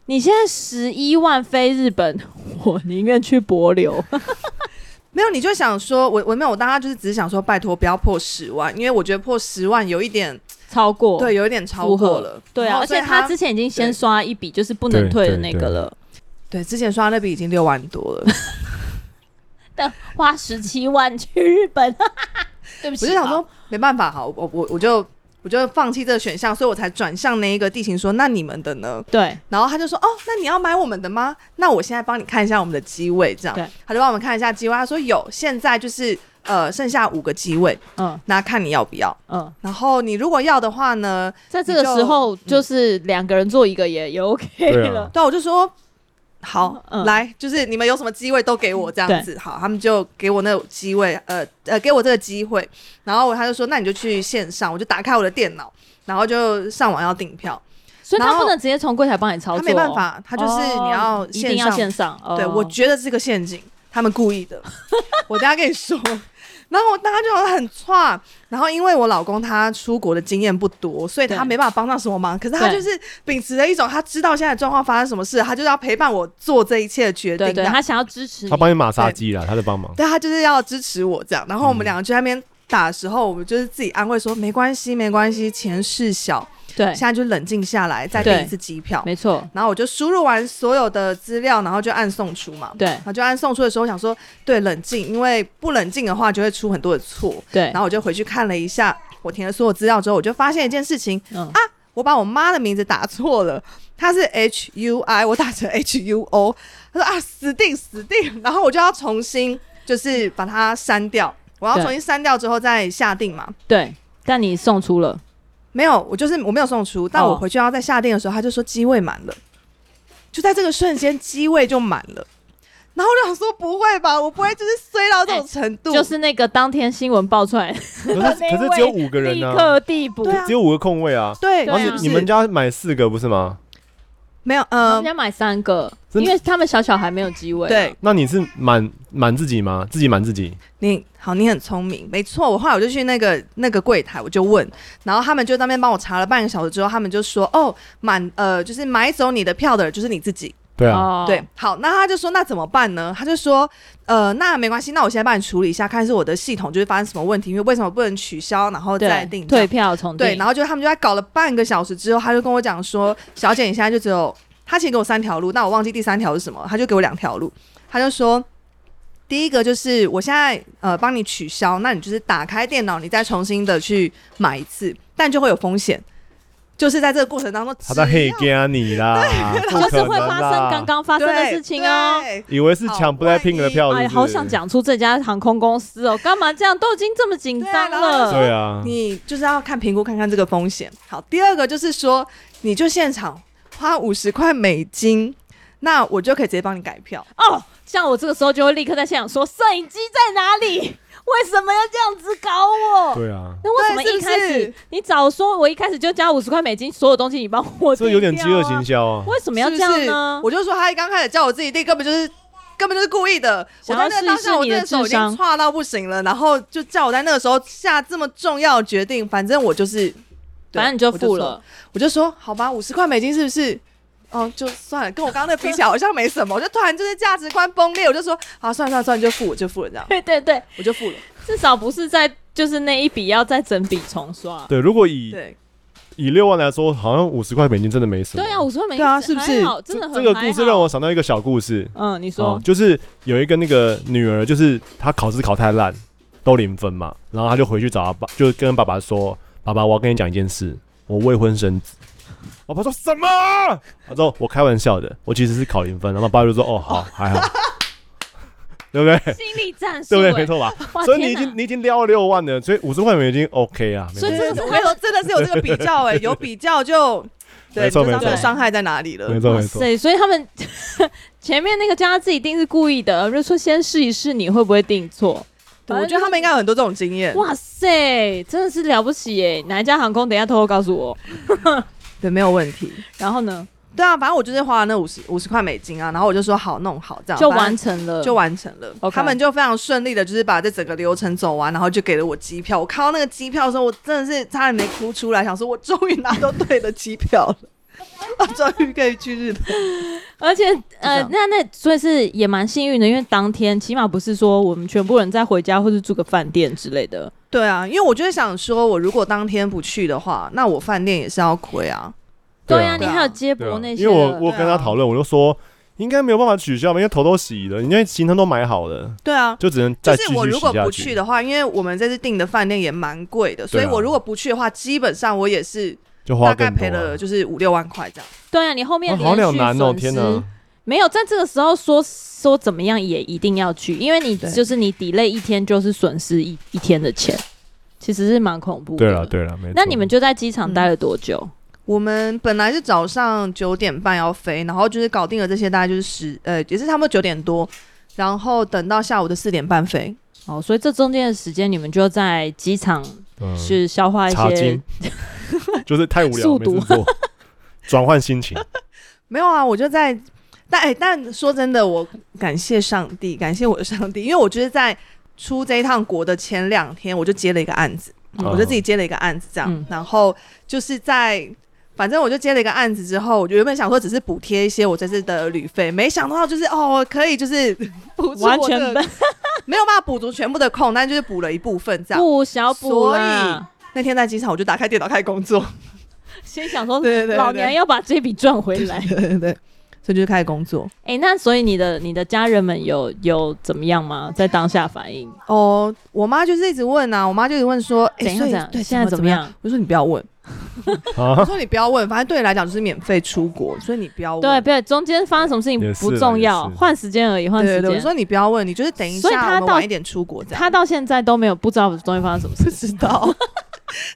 [SPEAKER 1] 你现在十一万飞日本， <laughs> 我宁愿去博
[SPEAKER 4] <laughs>
[SPEAKER 1] 流。
[SPEAKER 4] 没有，你就想说，我我没有，我当时就是只是想说，拜托不要破十万，因为我觉得破十万有一点，
[SPEAKER 1] 超过
[SPEAKER 4] 对，有一点超
[SPEAKER 1] 符合
[SPEAKER 4] 过了。
[SPEAKER 1] 对
[SPEAKER 4] 然
[SPEAKER 1] 啊，
[SPEAKER 4] 后
[SPEAKER 1] 而
[SPEAKER 4] 所以
[SPEAKER 1] 且他之前已经先刷一笔，就是不能
[SPEAKER 2] 对
[SPEAKER 1] 退的
[SPEAKER 2] 对
[SPEAKER 1] 那
[SPEAKER 2] 对
[SPEAKER 1] 个了，
[SPEAKER 4] 对之前刷那笔已经六万多了，
[SPEAKER 1] 但花十七万去日本， <laughs> 对不起，啊
[SPEAKER 4] 我就想说，没办法，好，我我我就我就放弃这个选项，所以我才转向那一个地勤说，那你们的呢？
[SPEAKER 1] 对，
[SPEAKER 4] 然后他就说，哦，那你要买我们的吗？那我现在帮你看一下我们的机位，这样
[SPEAKER 1] 对，
[SPEAKER 4] 他就帮我们看一下机位，他说有，现在就是呃剩下五个机位，
[SPEAKER 1] 嗯
[SPEAKER 4] 那看你要不要。
[SPEAKER 1] 嗯，
[SPEAKER 4] 然后你如果要的话呢，
[SPEAKER 1] 在这个时候就是两个人做一个也也 OK
[SPEAKER 2] 对啊
[SPEAKER 1] 了，
[SPEAKER 4] 对啊、我就说好，
[SPEAKER 1] 嗯
[SPEAKER 4] 来，就是你们有什么机会都给我这样子。好，他们就给我那种机会，呃呃，给我这个机会。然后他就说，那你就去线上，我就打开我的电脑，然后就上网要订票。
[SPEAKER 1] 所以
[SPEAKER 4] 然
[SPEAKER 1] 他
[SPEAKER 4] 后
[SPEAKER 1] 不能直接从柜台帮你操
[SPEAKER 4] 他
[SPEAKER 1] 作，
[SPEAKER 4] 没办，法，他就是你要
[SPEAKER 1] 哦一
[SPEAKER 4] 线
[SPEAKER 1] 定要
[SPEAKER 4] 上
[SPEAKER 1] 线上。哦
[SPEAKER 4] 对，我觉得是个陷阱，他们故意的。 <laughs> 我等一下跟你说。 <laughs> 然后我大家就很差，然后因为我老公他出国的经验不多，所以他
[SPEAKER 1] 对
[SPEAKER 4] 没办法帮上什么忙。可是他
[SPEAKER 1] 对
[SPEAKER 4] 就是秉持着一种他知道现在的状况发生什么事，他就是要陪伴我做这一切的决定
[SPEAKER 1] 对
[SPEAKER 4] 这
[SPEAKER 1] 对，
[SPEAKER 4] 样。
[SPEAKER 1] 他想要支持你
[SPEAKER 2] 他，帮你马杀鸡啦，他在
[SPEAKER 1] <laughs>
[SPEAKER 2] 帮忙。
[SPEAKER 4] 对他就是要支持我这样。然后我们两个去那边打的时候，我们就是自己安慰说没关系，没关系，钱事小，
[SPEAKER 1] 对
[SPEAKER 4] 现，在就冷静下来，再
[SPEAKER 1] 对
[SPEAKER 4] 订一次机票。
[SPEAKER 1] 没错，
[SPEAKER 4] 然后我就输入完所有的资料，然后就按送出嘛。
[SPEAKER 1] 对
[SPEAKER 4] 然后就按送出的时候想说，对，冷静，因为不冷静的话就会出很多的错。
[SPEAKER 1] 对
[SPEAKER 4] 然，后我就回去看了一下我填了所有资料之后，我就发现一件事情，啊
[SPEAKER 1] 嗯，
[SPEAKER 4] 我把我妈的名字打错了，她是 H U I，我打成 H U O。她说啊，死定死定，然后我就要重新就是把它删掉，我要
[SPEAKER 1] 对
[SPEAKER 4] 重新删掉之后再下定嘛。
[SPEAKER 1] 对，但你送出了，
[SPEAKER 4] 没有，我就是我没有送出，但
[SPEAKER 1] 哦
[SPEAKER 4] 我回去要在下定的时候，他就说机位满了，就在这个瞬间机位就满了。然后我想说不会吧，我不会就是衰到这种程度，
[SPEAKER 1] 就是那个当天新闻爆出来，
[SPEAKER 2] 可是可是只有五个人
[SPEAKER 1] 立
[SPEAKER 2] 呢、
[SPEAKER 1] 刻递补，
[SPEAKER 4] 对啊
[SPEAKER 2] 只有五个空位啊。
[SPEAKER 4] 对，
[SPEAKER 1] 对啊
[SPEAKER 2] 而且
[SPEAKER 4] 是不是
[SPEAKER 2] 你们家买四个不是吗？
[SPEAKER 4] 没有，
[SPEAKER 1] 人
[SPEAKER 4] 嗯、
[SPEAKER 1] 家买三个，
[SPEAKER 2] 真
[SPEAKER 1] 因
[SPEAKER 2] 的
[SPEAKER 1] 为他们小小孩没有机会，
[SPEAKER 4] 对，
[SPEAKER 2] 那你是满满自己吗？自己满自己？
[SPEAKER 4] 你好，你很聪明，没错。我后来我就去那个那个柜台，我就问，然后他们就在那边帮我查了半个小时之后，他们就说哦，满呃，就是买走你的票的人就是你自己。
[SPEAKER 2] 对啊，
[SPEAKER 1] 哦，
[SPEAKER 4] 对，好，那他就说那怎么办呢？他就说，呃，那没关系，那我现在帮你处理一下，看是我的系统就是发生什么问题，因为为什么不能取消，然后再
[SPEAKER 1] 对，
[SPEAKER 4] 定
[SPEAKER 1] 退
[SPEAKER 4] 对
[SPEAKER 1] 票重
[SPEAKER 4] 对，
[SPEAKER 1] 订
[SPEAKER 4] 然，后就他们就在搞了半个小时之后，他就跟我讲说，小姐，你现在就只有他其实给我三条路，但我忘记第三条是什么，他就给我两条路，他就说。第一个就是我现在呃帮你取消，那你就是打开电脑，你再重新的去买一次，但就会有风险，就是在这个过程当中，
[SPEAKER 2] 他在
[SPEAKER 4] 只
[SPEAKER 2] 黑
[SPEAKER 4] 要
[SPEAKER 2] 加你
[SPEAKER 1] <laughs>
[SPEAKER 2] 啦，不
[SPEAKER 1] 就是
[SPEAKER 2] 可
[SPEAKER 1] 会
[SPEAKER 2] 能
[SPEAKER 1] 发生
[SPEAKER 2] 啦
[SPEAKER 1] 刚。刚发生的
[SPEAKER 4] 对
[SPEAKER 1] 事情哦。
[SPEAKER 4] 对
[SPEAKER 2] 以为是抢
[SPEAKER 4] 好万
[SPEAKER 2] Blackpink 的
[SPEAKER 4] 一
[SPEAKER 2] 票，
[SPEAKER 1] 哎，
[SPEAKER 2] 是不是
[SPEAKER 1] 好想。讲出这家航空公司哦，干嘛这样？都已经这么紧张
[SPEAKER 4] 对啊然后
[SPEAKER 1] 了，
[SPEAKER 2] 对啊，
[SPEAKER 4] 你就是要看评估看看这个风险。好，第二个就是说，你就现场花五十块美金，那我就可以直接帮你改票。
[SPEAKER 1] 哦，像我这个时候就会立刻在现场说，摄影机在哪里？ <laughs> 为什么要这样子搞我？
[SPEAKER 2] 对啊，
[SPEAKER 1] 那为什么
[SPEAKER 4] 对
[SPEAKER 1] 一开始
[SPEAKER 4] 是不是
[SPEAKER 1] 你早说，我一开始就加五十块美金，所有东西你帮我、
[SPEAKER 2] 这有点饥饿营，销啊。
[SPEAKER 1] 为什么要这样呢
[SPEAKER 4] 是不是？我就说他一刚开始叫我自己定，根本就是。根本就是故意的！我
[SPEAKER 1] 想要
[SPEAKER 4] 在那个当
[SPEAKER 1] 试一
[SPEAKER 4] 下，
[SPEAKER 1] 试
[SPEAKER 4] 我
[SPEAKER 1] 你的
[SPEAKER 4] 真的手已
[SPEAKER 1] 智商
[SPEAKER 4] 经差到不行了，然后就叫我在那个时候下这么重要的决定。反正我就是，对
[SPEAKER 1] 反正你就
[SPEAKER 4] 我
[SPEAKER 1] 付
[SPEAKER 4] 说
[SPEAKER 1] 了，
[SPEAKER 4] 我就说好吧，五十块美金是不是？哦，就算了，跟我刚刚那个比起来好像没什么。我就突然就是价值观崩裂，我就说好，算了算了算了，你就付，我就付了这样，
[SPEAKER 1] 对对对，
[SPEAKER 4] 我就付了。
[SPEAKER 1] 至少不是在就是那一笔要再整笔重刷。
[SPEAKER 2] 对，如果以
[SPEAKER 4] 对，
[SPEAKER 2] 以六万来说，好像五十块美金真的没什么。
[SPEAKER 1] 对啊，五十块美金
[SPEAKER 4] 对啊是不是
[SPEAKER 1] 还好真
[SPEAKER 2] 这
[SPEAKER 1] 的很
[SPEAKER 2] 这个
[SPEAKER 1] 还
[SPEAKER 2] 故事
[SPEAKER 1] 好
[SPEAKER 2] 让我想到一个小故事，
[SPEAKER 1] 嗯，你
[SPEAKER 2] 哦
[SPEAKER 1] 说，
[SPEAKER 2] 就是有一个那个女儿，就是她考试考太烂，都零分嘛，然后她就回去找她爸，就跟爸爸说：“爸爸，我要跟你讲一件事，我未婚生子。”我爸说什么？他说我开玩笑的，我其实是考零分。然后爸爸就说：“
[SPEAKER 1] <laughs>
[SPEAKER 2] 哦，好，还好， <laughs> 对不对？
[SPEAKER 1] 心理战术
[SPEAKER 2] 对不对？
[SPEAKER 1] 欸
[SPEAKER 2] 没错吧？”
[SPEAKER 1] 哇
[SPEAKER 2] 所以
[SPEAKER 1] 天
[SPEAKER 2] 你已
[SPEAKER 1] 哪
[SPEAKER 2] 经你已经撩了六万了，所以五十块美金 OK 啊，没
[SPEAKER 1] 所以
[SPEAKER 2] 问
[SPEAKER 1] 这个是
[SPEAKER 4] 我跟你说，真的是有这个比较哎、有比
[SPEAKER 2] <laughs>
[SPEAKER 4] 较就对，
[SPEAKER 2] 没错
[SPEAKER 4] 你就知
[SPEAKER 2] 没错
[SPEAKER 4] 道那个伤害在哪里
[SPEAKER 2] 题没
[SPEAKER 4] 了。
[SPEAKER 2] 错
[SPEAKER 1] 哇
[SPEAKER 2] 没错。
[SPEAKER 1] 塞，所以他们 <laughs> 前面那个叫他自己定是故意的，就说先试一试你会不会定错。
[SPEAKER 4] 对，我觉得他们应该有很多这种经验。
[SPEAKER 1] 哇塞，真的是了不起耶！哪一家航空？等一下偷偷告诉我。
[SPEAKER 4] 对，没有问题。
[SPEAKER 1] 然后呢，
[SPEAKER 4] 对啊，反正我就是花了那五十五十块美金啊，然后我就说好弄好这样，
[SPEAKER 1] 就
[SPEAKER 4] 反正
[SPEAKER 1] 完成了，
[SPEAKER 4] 就完成了。
[SPEAKER 1] OK
[SPEAKER 4] 他们就非常顺利的，就是把这整个流程走完，然后就给了我机票。我看到那个机票的时候，我真的是差点没哭出来，想说我终于拿到对的机票了，我终于可以去日本。
[SPEAKER 1] 而且呃，
[SPEAKER 4] 就这样
[SPEAKER 1] 那那所以是也蛮幸运的，因为当天起码不是说我们全部人再回家或是住个饭店之类的。
[SPEAKER 4] 对啊，因为我就是想说，我如果当天不去的话，那我饭店也是要亏啊。
[SPEAKER 1] 对啊，你
[SPEAKER 4] 对啊
[SPEAKER 1] 还有接
[SPEAKER 2] 对
[SPEAKER 1] 驳
[SPEAKER 2] 啊，
[SPEAKER 1] 那些
[SPEAKER 2] 因为
[SPEAKER 1] 的，
[SPEAKER 2] 我我
[SPEAKER 4] 对
[SPEAKER 2] 跟他
[SPEAKER 4] 啊
[SPEAKER 2] 讨论，我就说应该没有办法取消吧，因为头都洗了，因为行程都买好了，
[SPEAKER 4] 对啊，
[SPEAKER 2] 就只能
[SPEAKER 4] 就
[SPEAKER 2] 再继续
[SPEAKER 4] 是我如
[SPEAKER 2] 洗
[SPEAKER 4] 果
[SPEAKER 2] 下
[SPEAKER 4] 不
[SPEAKER 2] 去
[SPEAKER 4] 去。的话，因为我们这次订的饭店也蛮贵的，所以
[SPEAKER 2] 对啊
[SPEAKER 4] 我如果不去的话，基本上我也是
[SPEAKER 2] 就花
[SPEAKER 4] 大概
[SPEAKER 2] 更多
[SPEAKER 4] 赔了就是五六万块这样。
[SPEAKER 1] 对啊，你后面
[SPEAKER 2] 啊
[SPEAKER 1] 连续
[SPEAKER 2] 好两难哦！
[SPEAKER 1] 损
[SPEAKER 2] 天
[SPEAKER 1] 失
[SPEAKER 2] 哪，
[SPEAKER 1] 没有，在这个时候说说怎么样也一定要去，因为你
[SPEAKER 4] 对
[SPEAKER 1] 就是你 delay 一天就是损失一一天的钱，其实是蛮恐怖的。
[SPEAKER 2] 对了对了，没错。
[SPEAKER 1] 那你们就在机场待了多久？
[SPEAKER 4] 我们本来是早上九点半要飞，然后就是搞定了这些，大概就是十呃，也是差不多九点多，然后等到下午的四点半飞。
[SPEAKER 1] 哦，所以这中间的时间你们就在机场
[SPEAKER 2] 嗯，
[SPEAKER 1] 是消化一
[SPEAKER 2] 查
[SPEAKER 1] 些 <laughs>
[SPEAKER 2] 经，就是太无聊，
[SPEAKER 1] 速
[SPEAKER 2] 没
[SPEAKER 1] 读
[SPEAKER 2] 事做，转换心
[SPEAKER 1] <laughs>
[SPEAKER 2] 情。
[SPEAKER 4] 没有啊，我就在，但哎、但说真的，我感谢上帝，感谢我的上帝，因为我就是在出这一趟国的前两天，我就接了一个案子，
[SPEAKER 1] 嗯
[SPEAKER 4] 我就自己接了一个案子这样，
[SPEAKER 1] 嗯
[SPEAKER 4] 然后就是在。反正我就接了一个案子之后，我原本想说只是补贴一些我这次的旅费，没想到就是哦，可以就是 <laughs> 补助我
[SPEAKER 1] 完
[SPEAKER 4] 的
[SPEAKER 1] 全不
[SPEAKER 4] <laughs> 没有办法补足全部的空，但就是补了一部分
[SPEAKER 1] <laughs>
[SPEAKER 4] 这样。
[SPEAKER 1] 不小补啦。
[SPEAKER 4] 那天在机场我就打开电脑开始工作，
[SPEAKER 1] 心想说，
[SPEAKER 4] 对对对对
[SPEAKER 1] 老娘要把这笔赚回来。
[SPEAKER 4] <laughs> <laughs> 对对对，所以就是开始工作。
[SPEAKER 1] 哎、那所以你的你的家人们有有怎么样吗？在当下反应
[SPEAKER 4] 哦，我妈就是一直问啊，我妈就一直问说，哎、
[SPEAKER 1] 怎样
[SPEAKER 4] 所
[SPEAKER 1] 怎
[SPEAKER 4] 以
[SPEAKER 1] 样？
[SPEAKER 4] 对，
[SPEAKER 1] 现在
[SPEAKER 4] 怎
[SPEAKER 1] 怎么？样？
[SPEAKER 4] 我说你不要问，我
[SPEAKER 2] 啊，
[SPEAKER 4] 说你不要问，反正对你来讲就是免费出国，所以你不要问。
[SPEAKER 1] 对对，中间发生什么事情
[SPEAKER 2] 也是啦
[SPEAKER 1] 不重要
[SPEAKER 2] 也，是
[SPEAKER 1] 换时间而已，换
[SPEAKER 4] 对
[SPEAKER 1] 时
[SPEAKER 4] 对对，我
[SPEAKER 1] 间。
[SPEAKER 4] 说你不要问，你就是等一
[SPEAKER 1] 所以
[SPEAKER 4] 下
[SPEAKER 1] 她
[SPEAKER 4] 我们
[SPEAKER 1] 到
[SPEAKER 4] 晚一点出国这样。
[SPEAKER 1] 他到现在都没有不知道中间发生什么事，
[SPEAKER 4] <laughs> 不知道， <laughs>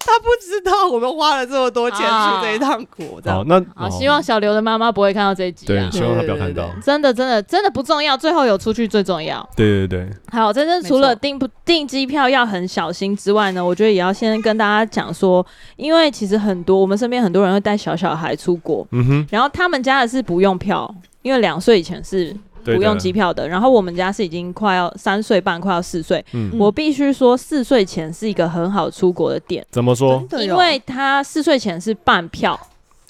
[SPEAKER 4] 他不知道我们花了这么多钱
[SPEAKER 1] 啊
[SPEAKER 4] 去这一趟国这样。
[SPEAKER 2] 好，那
[SPEAKER 1] 好，
[SPEAKER 2] <laughs> 哦
[SPEAKER 1] 希望小刘的妈妈不会看到这一集
[SPEAKER 2] 对
[SPEAKER 1] 啊，。
[SPEAKER 2] 希望他不要
[SPEAKER 4] 对
[SPEAKER 2] 看
[SPEAKER 4] 对
[SPEAKER 2] 到。
[SPEAKER 1] 真的，真的，真的不重要，最后有出去最重要。
[SPEAKER 2] 对对对，
[SPEAKER 1] 好，真正
[SPEAKER 4] 没
[SPEAKER 1] 除了
[SPEAKER 4] 错
[SPEAKER 1] 订不订机票要很小心之外呢，我觉得也要先跟大家讲说，因为其实很多我们身边很多人会带小小孩出国，
[SPEAKER 2] 嗯哼，
[SPEAKER 1] 然后他们家的是不用票，因为两岁以前是
[SPEAKER 2] 对
[SPEAKER 1] 不用
[SPEAKER 2] 的
[SPEAKER 1] 机票的。然后我们家是已经快要三岁半，快要四岁。
[SPEAKER 2] 嗯
[SPEAKER 1] 我必须说，四岁前是一个很好出国的点，
[SPEAKER 2] 怎么说
[SPEAKER 4] 真？的
[SPEAKER 1] 因
[SPEAKER 4] 哟
[SPEAKER 1] 为他四岁前是半票，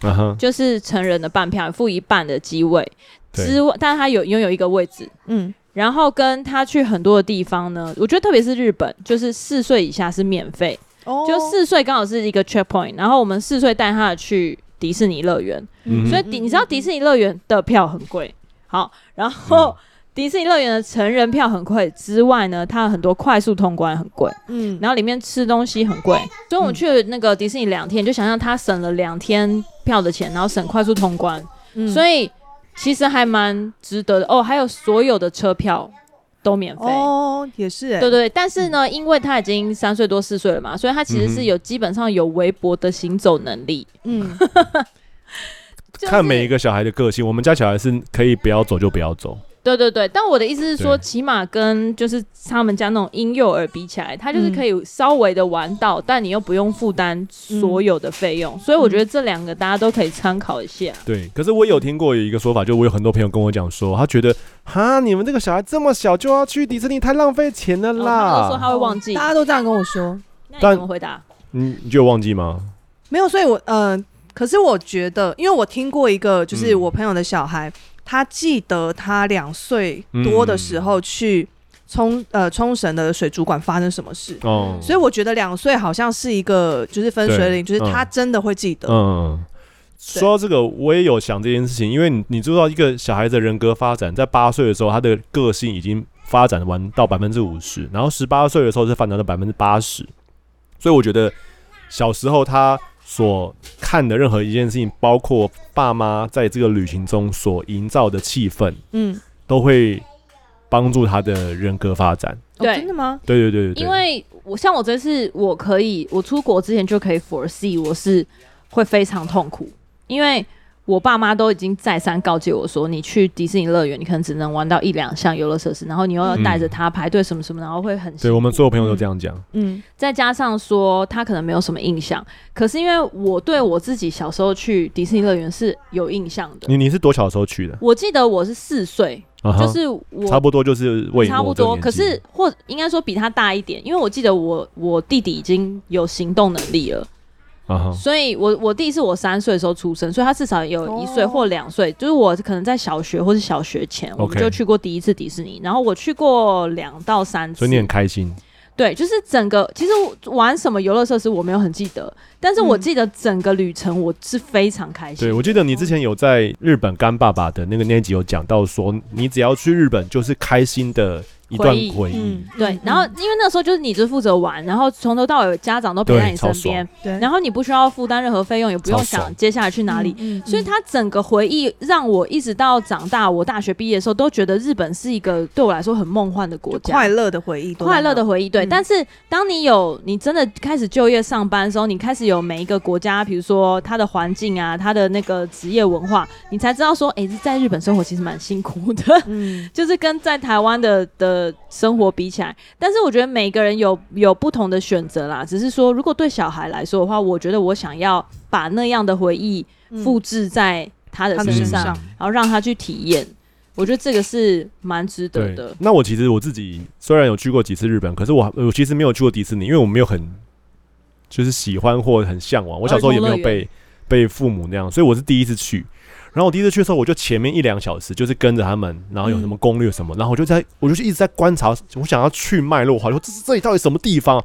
[SPEAKER 2] 啊哈，
[SPEAKER 1] 就是成人的半票，付一半的机位
[SPEAKER 2] 对
[SPEAKER 1] 之，外，但他有拥有一个位置。
[SPEAKER 4] 嗯，
[SPEAKER 1] 然后跟他去很多的地方呢，我觉得特别是日本，就是四岁以下是免费，
[SPEAKER 4] 哦
[SPEAKER 1] 就四岁刚好是一个 checkpoint，然后我们四岁带他去迪士尼乐园，
[SPEAKER 2] 嗯
[SPEAKER 1] 所以迪你知道迪士尼乐园的票很贵，好，然
[SPEAKER 2] 嗯
[SPEAKER 1] 后迪士尼乐园的成人票很贵之外呢，它有很多快速通关很贵，
[SPEAKER 4] 嗯，
[SPEAKER 1] 然后里面吃东西很贵，所以我们去那个迪士尼两天，就想象他省了两天票的钱，然后省快速通关，所
[SPEAKER 4] 以
[SPEAKER 1] 以其实还蛮值得的哦。还有所有的车票都免费。
[SPEAKER 4] 哦也是哎、
[SPEAKER 1] 对对，但是呢，因为他已经三岁多四岁了嘛，所以他其实
[SPEAKER 2] 嗯哼
[SPEAKER 1] 是有基本上有微薄的行走能力。
[SPEAKER 4] 嗯，
[SPEAKER 1] 就是
[SPEAKER 2] 看每一个小孩的个性。我们家小孩是可以不要走就不要走，
[SPEAKER 1] 对对对，但我的意思是说，
[SPEAKER 2] 对
[SPEAKER 1] 起码跟就是他们家那种婴幼儿比起来，他就是
[SPEAKER 4] 嗯
[SPEAKER 1] 可以稍微的玩到，但你又不用负担所有的费用，所以我觉得这两个大家都可以参考一下。
[SPEAKER 2] 对，可是我有听过有一个说法，就我有很多朋友跟我讲说，他觉得哈，你们这个小孩这么小就要去迪士尼，太浪费钱了
[SPEAKER 1] 然哦后他们都说
[SPEAKER 2] 嗯啦。
[SPEAKER 1] 他会忘记，
[SPEAKER 4] 哦大家都这样跟我说。
[SPEAKER 1] 那你
[SPEAKER 2] 但
[SPEAKER 1] 怎么回答？
[SPEAKER 2] 嗯，你就有忘记吗？
[SPEAKER 4] 没有，所以我嗯、呃，可是我觉得，因为我听过一个，就是
[SPEAKER 2] 嗯
[SPEAKER 4] 我朋友的小孩，他记得他两岁多的时候去冲、呃冲绳的水族馆发生什么事，
[SPEAKER 2] 哦，
[SPEAKER 4] 所以我觉得两岁好像是一个就是分水岭，就
[SPEAKER 2] 对
[SPEAKER 4] 是他
[SPEAKER 2] 嗯
[SPEAKER 4] 真的会记得，
[SPEAKER 2] 嗯，说到这个，我也有想这件事情，因为你你知道，一个小孩子的人格发展在八岁的时候，他的个性已经发展完到百分之五十，然后十八岁的时候是发展到百分之八十，所以我觉得小时候他所看的任何一件事情，包括爸妈在这个旅行中所营造的气氛，
[SPEAKER 4] 嗯，
[SPEAKER 2] 都会帮助他的人格发展。
[SPEAKER 4] 哦
[SPEAKER 1] 对
[SPEAKER 4] 真的吗？
[SPEAKER 2] 对对对对对，
[SPEAKER 1] 因为我像我这次，我可以我出国之前就可以 foresee 我是会非常痛苦，因为我爸妈都已经再三告诫我说，你去迪士尼乐园，你可能只能玩到一两项游乐设施，然后你又要带着他排队什么什么，然后会很辛
[SPEAKER 2] 嗯对
[SPEAKER 1] 苦
[SPEAKER 2] 我们所有朋友都这样讲。
[SPEAKER 4] 嗯
[SPEAKER 1] 再加上说他可能没有什么印象，可是因为我对我自己小时候去迪士尼乐园是有印象的，
[SPEAKER 2] 你你是多小的时候去的？
[SPEAKER 1] 我记得我是四岁，
[SPEAKER 2] 啊哈
[SPEAKER 1] 就是我
[SPEAKER 2] 差不多就是未
[SPEAKER 1] 差不
[SPEAKER 2] 末这个
[SPEAKER 1] 多，
[SPEAKER 2] 年
[SPEAKER 1] 可
[SPEAKER 2] 纪
[SPEAKER 1] 是或应该说比他大一点，因为我记得我我弟弟已经有行动能力了，
[SPEAKER 2] 啊哈，
[SPEAKER 1] 所以我我弟是我三岁的时候出生，所以他至少有一岁
[SPEAKER 4] 哦
[SPEAKER 1] 或两岁，就是我可能在小学或是小学前，我们
[SPEAKER 2] OK
[SPEAKER 1] 就去过第一次迪士尼，然后我去过两到三次
[SPEAKER 2] 所以你，很开心。
[SPEAKER 1] 对，就是整个其实我玩什么游乐设施我没有很记得，但是我
[SPEAKER 4] 嗯
[SPEAKER 1] 记得整个旅程我是非常开心
[SPEAKER 2] 对，，我记得你之前有在日本干爸爸的那个那一集有讲到说，你只要去日本就是开心的一段
[SPEAKER 1] 回忆
[SPEAKER 2] 回忆
[SPEAKER 4] 嗯，，
[SPEAKER 1] 对，然后因为那时候就是你就负责玩，然后从头到尾家长都陪
[SPEAKER 2] 对
[SPEAKER 1] 在你身
[SPEAKER 2] 超爽
[SPEAKER 1] 边，
[SPEAKER 4] 嗯对，
[SPEAKER 1] 然后你不需要负担任何费用，也不用
[SPEAKER 2] 超爽
[SPEAKER 1] 想接下来去哪里。
[SPEAKER 4] 嗯，
[SPEAKER 1] 所以它整个回忆让我一直到长大，我大学毕业的时候都觉得日本是一个对我来说很梦幻的国家，
[SPEAKER 4] 快乐的回忆，
[SPEAKER 1] 快乐的，回忆。对，
[SPEAKER 4] 嗯
[SPEAKER 1] 但是当你有你真的开始就业上班的时候，你开始有每一个国家，比如说它的环境啊，它的那个职业文化，你才知道说，诶，在日本生活其实蛮辛苦的。
[SPEAKER 4] 嗯，
[SPEAKER 1] 就是跟在台湾的的生活比起来，但是我觉得每个人有有不同的选择啦。只是说，如果对小孩来说的话，我觉得我想要把那样的回忆
[SPEAKER 4] 嗯
[SPEAKER 1] 复制在他的
[SPEAKER 4] 他的
[SPEAKER 1] 身
[SPEAKER 4] 身
[SPEAKER 1] 上，
[SPEAKER 4] 上
[SPEAKER 1] 然后让他去体验。我觉得这个是蛮值得
[SPEAKER 2] 对
[SPEAKER 1] 的。
[SPEAKER 2] 那我其实我自己虽然有去过几次日本，可是我我其实没有去过迪士尼，因为我没有很就是喜欢或很向往。我小时候也没有
[SPEAKER 1] 儿童哦乐
[SPEAKER 2] 被被父母那样，所以我是第一次去。然后我第一次去的时候，我就前面一两小时就是跟着他们，然后有什
[SPEAKER 1] 嗯
[SPEAKER 2] 么攻略什么，然后我就在我就一直在观察，我想要去脉络，好像这这里到底什么地方？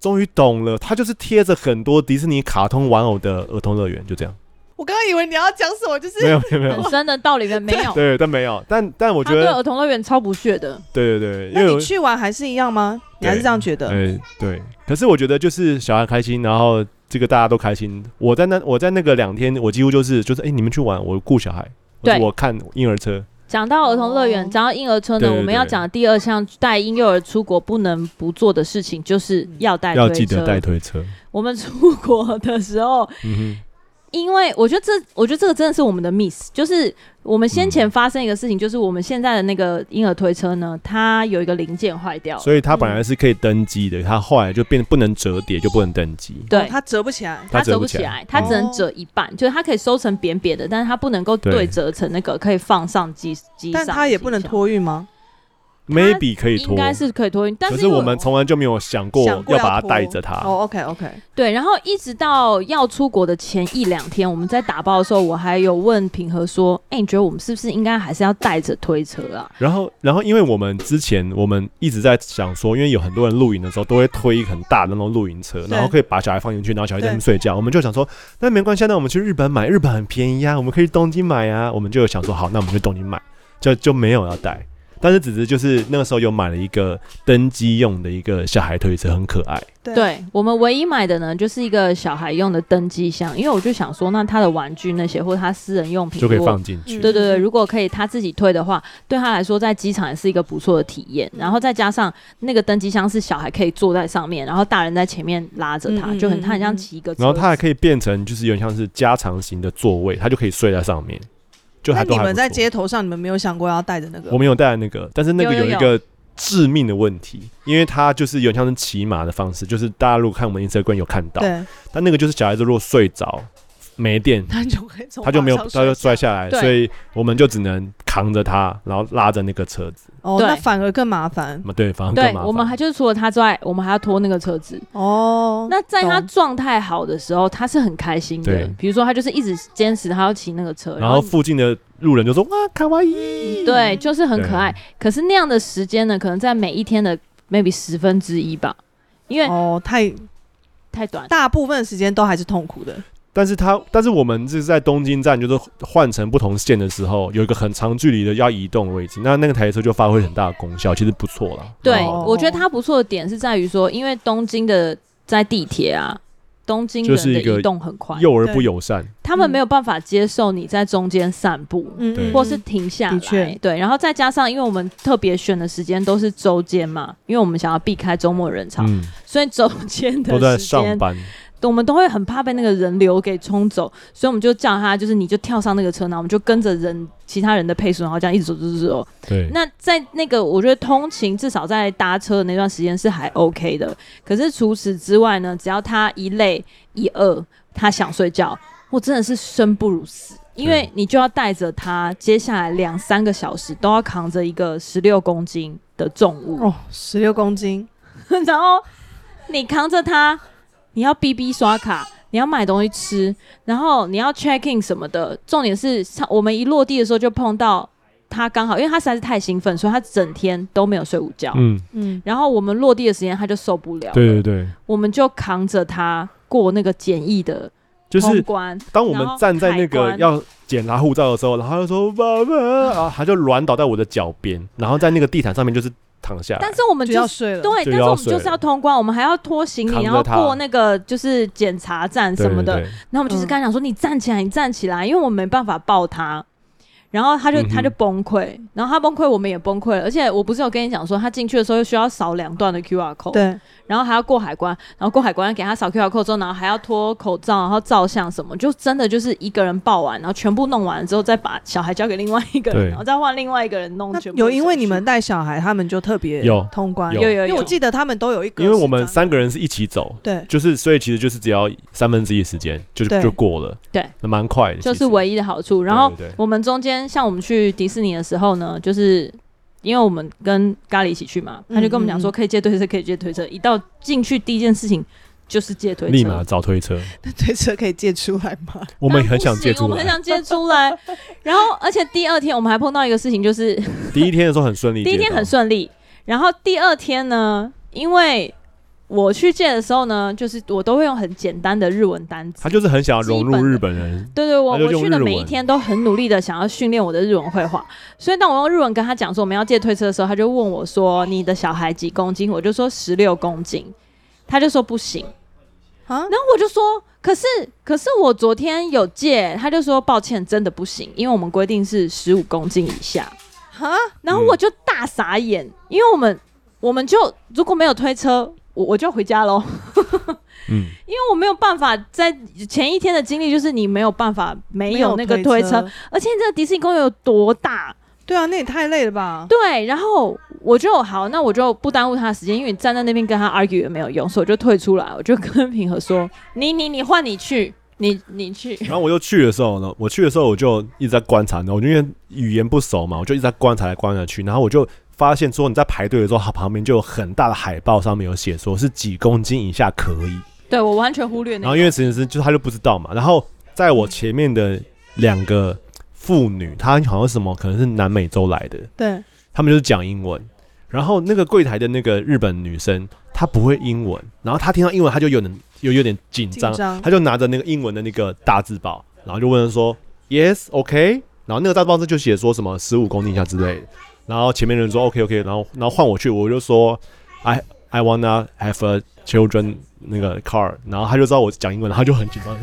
[SPEAKER 2] 终于懂了，它就是贴着很多迪士尼卡通玩偶的儿童乐园，就这样。
[SPEAKER 4] 我刚刚以为你要讲什么，就是
[SPEAKER 2] 没有没有没
[SPEAKER 1] <laughs>
[SPEAKER 2] 有
[SPEAKER 1] 很，深的道理面没有，
[SPEAKER 2] 对，但没有，但但我
[SPEAKER 1] 他
[SPEAKER 2] 觉
[SPEAKER 1] 对
[SPEAKER 2] 得，
[SPEAKER 1] 儿童乐园超不屑的。
[SPEAKER 2] 对对对，
[SPEAKER 4] 那
[SPEAKER 2] 因为我
[SPEAKER 4] 你去玩还是一样吗？你还是这样觉得？
[SPEAKER 2] 哎，对。可是我觉得就是小孩开心，然后这个大家都开心。我在那我在那个两天，我几乎就是就是哎、你们去玩，我顾小孩，或者
[SPEAKER 1] 对
[SPEAKER 2] 我看婴儿车，
[SPEAKER 1] 讲到儿童乐园，
[SPEAKER 4] 哦
[SPEAKER 1] 讲到婴儿车呢，
[SPEAKER 2] 对对
[SPEAKER 1] 我们要讲的第二项带婴幼儿出国不能不做的事情，就是要带
[SPEAKER 2] 嗯要
[SPEAKER 1] 推
[SPEAKER 2] 记得
[SPEAKER 1] 车
[SPEAKER 2] 带推车。
[SPEAKER 1] 我们出国的时候，
[SPEAKER 2] 嗯
[SPEAKER 1] 因为我觉得这，我觉得这个真的是我们的 miss，就是我们先前发生一个事情，就是我们现在的那个婴儿推车呢，它有一个零件坏掉
[SPEAKER 2] 哼，
[SPEAKER 1] 了。
[SPEAKER 2] 所以它本来是可以登机的，它后来就变不能折叠，就不能登机。
[SPEAKER 1] 对，
[SPEAKER 4] 哦它折不起来。
[SPEAKER 1] 它
[SPEAKER 2] 它
[SPEAKER 1] 折
[SPEAKER 2] 折
[SPEAKER 1] 不
[SPEAKER 2] 不
[SPEAKER 1] 起
[SPEAKER 2] 起
[SPEAKER 1] 来
[SPEAKER 2] 来，
[SPEAKER 1] 它只能折一半，就是它可以收成扁扁的，但是它不能够
[SPEAKER 2] 对
[SPEAKER 1] 对折成那个可以放上机机上
[SPEAKER 4] 但
[SPEAKER 1] 的机箱。
[SPEAKER 4] 它也不能托运吗？
[SPEAKER 2] Maybe 可以
[SPEAKER 1] 应
[SPEAKER 2] 拖，
[SPEAKER 1] 该是可以托运，但
[SPEAKER 2] 可
[SPEAKER 1] 是
[SPEAKER 2] 是
[SPEAKER 1] 因为
[SPEAKER 2] 我们从来就没有想过
[SPEAKER 4] 想过
[SPEAKER 2] 要把
[SPEAKER 4] 要
[SPEAKER 2] 它
[SPEAKER 4] 拖
[SPEAKER 2] 带着它。
[SPEAKER 4] 哦，OK OK，
[SPEAKER 1] 对，然后一直到要出国的前一两天，我们在打包的时候，我还有问平和说：“哎、你觉得我们是不是应该还是要带着推车啊？”
[SPEAKER 2] 然后，然后，因为我们之前我们一直在想说，因为有很多人露营的时候都会推一个很大的那种露营车，
[SPEAKER 4] 对
[SPEAKER 2] 然后可以把小孩放进去，然后小孩在那边睡觉。我们就想说，那没关系，那我们去日本买，日本很便宜啊，我们可以去东京买啊。我们就有想说，好，那我们去东京买，就就没有要带。但是只是就是那个时候有买了一个登机用的一个小孩推车，很可爱。
[SPEAKER 4] 对
[SPEAKER 1] 对我们唯一买的呢，就是一个小孩用的登机箱，因为我就想说，那他的玩具那些或他私人用品
[SPEAKER 2] 就可以。
[SPEAKER 1] 如果
[SPEAKER 2] 放进
[SPEAKER 4] 嗯
[SPEAKER 2] 去。
[SPEAKER 1] 对对对，如果可以他自己推的话，对他来说在机场也是一个不错的体验。然后再加上那个登机箱是小孩可以坐在上面，然后大人在前面拉着他，
[SPEAKER 4] 嗯嗯
[SPEAKER 1] 就很
[SPEAKER 4] 嗯
[SPEAKER 1] 他很像
[SPEAKER 4] 嗯
[SPEAKER 1] 骑一个车子。
[SPEAKER 2] 然后它还可以变成就是有点像是加长型的座位，它就可以睡在上面。就
[SPEAKER 4] 那
[SPEAKER 2] 还都
[SPEAKER 4] 你
[SPEAKER 2] 还
[SPEAKER 4] 们
[SPEAKER 2] 不
[SPEAKER 4] 在
[SPEAKER 2] 错
[SPEAKER 4] 街头上，你们没有想过要带着那个？
[SPEAKER 2] 我们有带那个，但是那个
[SPEAKER 1] 有有
[SPEAKER 2] 有一个致命的问题，因为它就是有点像是骑马的方式，就是大家如果看我们 Instagram 有看到，
[SPEAKER 4] 对，
[SPEAKER 2] 但那个就是小孩子如果睡着没电，
[SPEAKER 4] 他就会从
[SPEAKER 2] 他就没有
[SPEAKER 4] 马上
[SPEAKER 2] 他就摔
[SPEAKER 4] 来。
[SPEAKER 2] 下来，
[SPEAKER 1] 对
[SPEAKER 2] 所以我们就只能扛着他，然后拉着那个车子，
[SPEAKER 4] 哦，
[SPEAKER 1] 对
[SPEAKER 4] 那反而更麻烦。
[SPEAKER 2] 嘛对，反正更
[SPEAKER 1] 对
[SPEAKER 2] 麻，烦。
[SPEAKER 1] 我们还就是除了他之外，我们还要拖那个车子。
[SPEAKER 4] 哦，
[SPEAKER 1] 那在他
[SPEAKER 4] 懂
[SPEAKER 1] 状态好的时候，他是很开心的
[SPEAKER 2] 对。
[SPEAKER 1] 比如说，他就是一直坚持他要骑那个车，
[SPEAKER 2] 然后附近的路人就说哇卡哇伊，
[SPEAKER 1] 嗯
[SPEAKER 4] 嗯
[SPEAKER 1] 对，就是很可爱
[SPEAKER 2] 对。
[SPEAKER 1] 可是那样的时间呢，可能在每一天的 maybe 十分之一吧，因为
[SPEAKER 4] 哦，太
[SPEAKER 1] 太短。
[SPEAKER 4] 大部分时间都还是痛苦的。
[SPEAKER 2] 但是他，但是我们就是在东京站，就是换成不同线的时候，有一个很长距离的要移动的位置，那那个台车就发挥很大的功效，其实不错啦。
[SPEAKER 1] 对，
[SPEAKER 4] 哦
[SPEAKER 1] 我觉得它不错的点是在于说，因为东京的在地铁啊，东京
[SPEAKER 2] 就
[SPEAKER 1] 人
[SPEAKER 2] 是
[SPEAKER 1] 的
[SPEAKER 2] 一个
[SPEAKER 1] 移动很快，
[SPEAKER 2] 幼儿不友善，
[SPEAKER 1] 他们没有办法接受你在中间散步。
[SPEAKER 4] 嗯
[SPEAKER 2] 对
[SPEAKER 1] 或是停下
[SPEAKER 4] 的确
[SPEAKER 1] 来，对，然后再加上，因为我们特别选的时间都是周间嘛，因为我们想要避开周末人潮，
[SPEAKER 2] 嗯，
[SPEAKER 1] 所以周间的
[SPEAKER 2] 都在
[SPEAKER 1] 时间
[SPEAKER 2] 上班，
[SPEAKER 1] 我们都会很怕被那个人流给冲走，所以我们就叫他，就是你就跳上那个车，然后我们就跟着人其他人的配速，然后这样一直走走走走。
[SPEAKER 2] 对，
[SPEAKER 1] 那在那个我觉得通勤至少在搭车的那段时间是还 OK 的，可是除此之外呢，只要他一累一饿，他想睡觉，我真的是生不如死。因为你就要带着他，接下来两三个小时都要扛着一个十六公斤的重物，
[SPEAKER 4] 哦，十六公斤，
[SPEAKER 1] <laughs> 然后你扛着它，你要 B B 刷卡，你要买东西吃，然后你要 check in 什么的。重点是上我们一落地的时候就碰到他刚好，因为他实在是太兴奋，所以他整天都没有睡午觉。
[SPEAKER 2] 嗯，
[SPEAKER 4] 嗯，
[SPEAKER 1] 然后我们落地的时间他就受不了了，
[SPEAKER 2] 对对对，
[SPEAKER 1] 我们就扛着他过那个简易的
[SPEAKER 2] 就
[SPEAKER 1] 通
[SPEAKER 2] 是
[SPEAKER 1] 关。
[SPEAKER 2] 当我们站在那
[SPEAKER 1] 然后
[SPEAKER 2] 个
[SPEAKER 1] 海关
[SPEAKER 2] 要检查护照的时候，然后他就说爸爸，啊，他就软倒在我的脚边，然后在那个地毯上面就是躺下来。
[SPEAKER 1] 但是我们
[SPEAKER 4] 就
[SPEAKER 1] 就
[SPEAKER 4] 要
[SPEAKER 1] 是
[SPEAKER 4] 睡了。
[SPEAKER 1] 对，
[SPEAKER 2] 就
[SPEAKER 1] 但是
[SPEAKER 2] 要
[SPEAKER 1] 我们
[SPEAKER 2] 睡
[SPEAKER 1] 就是要通关，我们还要拖行
[SPEAKER 2] 扛
[SPEAKER 1] 李，
[SPEAKER 2] 着
[SPEAKER 1] 然后
[SPEAKER 2] 它
[SPEAKER 1] 过那个就是检查站
[SPEAKER 2] 对
[SPEAKER 1] 什么的。
[SPEAKER 2] 对对
[SPEAKER 1] 然后我们
[SPEAKER 4] 嗯
[SPEAKER 1] 就是跟他讲说：“你站起来，你站起来，因为我没办法抱他。”然后他就
[SPEAKER 2] 嗯哼
[SPEAKER 1] 他就崩溃，然后他崩溃，我们也崩溃了。而且我不是有跟你讲说，他进去的时候需要扫两段的 QR code，
[SPEAKER 4] 对，
[SPEAKER 1] 然后还要过海关，然后过海关给他扫 QR code 之后，然后还要脱口罩，然后照相什么，就真的就是一个人报完，然后全部弄完之后，再把小孩交给另外一个
[SPEAKER 2] 对
[SPEAKER 1] 人，然后再换另外一个人弄
[SPEAKER 4] 那
[SPEAKER 1] 全部的手
[SPEAKER 4] 有
[SPEAKER 1] 续。
[SPEAKER 4] 因为你们带小孩，他们就特别
[SPEAKER 2] 有
[SPEAKER 4] 通关，
[SPEAKER 2] 有
[SPEAKER 1] 有
[SPEAKER 4] 因
[SPEAKER 1] 有
[SPEAKER 4] 为
[SPEAKER 1] 有，
[SPEAKER 4] 我记得他们都有一个，
[SPEAKER 2] 因为我们三个人是一起走，
[SPEAKER 4] 对 <laughs>
[SPEAKER 2] 就是所以其实就是只要三分之一时间就
[SPEAKER 4] 对
[SPEAKER 2] 就过了，
[SPEAKER 1] 对，
[SPEAKER 2] 那蛮快的，
[SPEAKER 1] 就是唯一的好处。然后
[SPEAKER 2] 对对对
[SPEAKER 1] 我们中间像我们去迪士尼的时候呢，就是因为我们跟咖喱一起去嘛，他就跟我们讲
[SPEAKER 4] 嗯
[SPEAKER 1] 说
[SPEAKER 4] 嗯嗯
[SPEAKER 1] 可以借推车，可以借推车。一到进去第一件事情就是借推车，
[SPEAKER 2] 立马找推车，
[SPEAKER 4] 推车可以借出来吗？
[SPEAKER 2] 我们也很
[SPEAKER 1] 当
[SPEAKER 2] 想
[SPEAKER 1] 然不行
[SPEAKER 2] 借
[SPEAKER 1] 我
[SPEAKER 2] 出
[SPEAKER 1] 们很
[SPEAKER 2] 来。
[SPEAKER 1] 想借出
[SPEAKER 4] <laughs>
[SPEAKER 1] 来。然后而且第二天我们还碰到一个事情，就是
[SPEAKER 2] 第一天的时候很顺利，
[SPEAKER 1] 第一天很，顺利，然后第二天呢，因为。我去借的时候呢，就是我都会用很简单的日文单词
[SPEAKER 2] 他，就是很想要融入日本人，
[SPEAKER 1] 对对，我
[SPEAKER 2] 他就
[SPEAKER 1] 我
[SPEAKER 2] 用
[SPEAKER 1] 去的
[SPEAKER 2] 日
[SPEAKER 1] 每一
[SPEAKER 2] 文
[SPEAKER 1] 天都很努力的想要训练我的日文绘画，所以当我用日文跟他讲说我们要借推车的时候，他就问我说你的小孩几公斤？我就说十六公斤，他就说不行，
[SPEAKER 4] 啊，
[SPEAKER 1] 然后我就说可是可是我昨天有借，他就说抱歉真的不行，因为我们规定是十五公斤以下，
[SPEAKER 4] 哈，
[SPEAKER 1] 然后
[SPEAKER 2] 嗯
[SPEAKER 1] 我就大傻眼，因为我们我们就如果没有推车，我我就要回家喽。
[SPEAKER 2] 嗯，
[SPEAKER 1] <laughs> 因为我没有办法在前一天的经历，就是你没有办法没有那个推车，而且这个迪士尼公园有多大？
[SPEAKER 4] 对啊，那也太累了吧？
[SPEAKER 1] 对，然后我就好，那我就不耽误他的时间，因为你站在那边跟他 argue 也没有用，所以我就退出来，我就跟平和说：“ <laughs> 你你你换你去，你你去。
[SPEAKER 2] 然后我又去的时候呢，我去的时候我就一直在观察，然后我就因为语言不熟嘛，我就一直在观察来观察去，然后我就发现说你在排队的时候，它旁边就有很大的海报，上面有写说是几公斤以下可以。
[SPEAKER 1] 对我完全忽略那个
[SPEAKER 2] 然后因为陈医师就是他就不知道嘛，然后在我前面的两个妇女，她好像是什么可能是南美洲来的，
[SPEAKER 4] 对，
[SPEAKER 2] 他们就是讲英文。然后那个柜台的那个日本女生，她不会英文，然后她听到英文，她就有点有有点紧张
[SPEAKER 4] 紧，张
[SPEAKER 2] 她就拿着那个英文的那个大字报，然后就问说 Yes OK，然后那个大字报上就写说什么十五公斤以下之类的，然后前面的人说 OK OK，然后然后换我去，我就说 I I wanna have a children 那个 car，然后她就知道我讲英文，然后她就很紧张，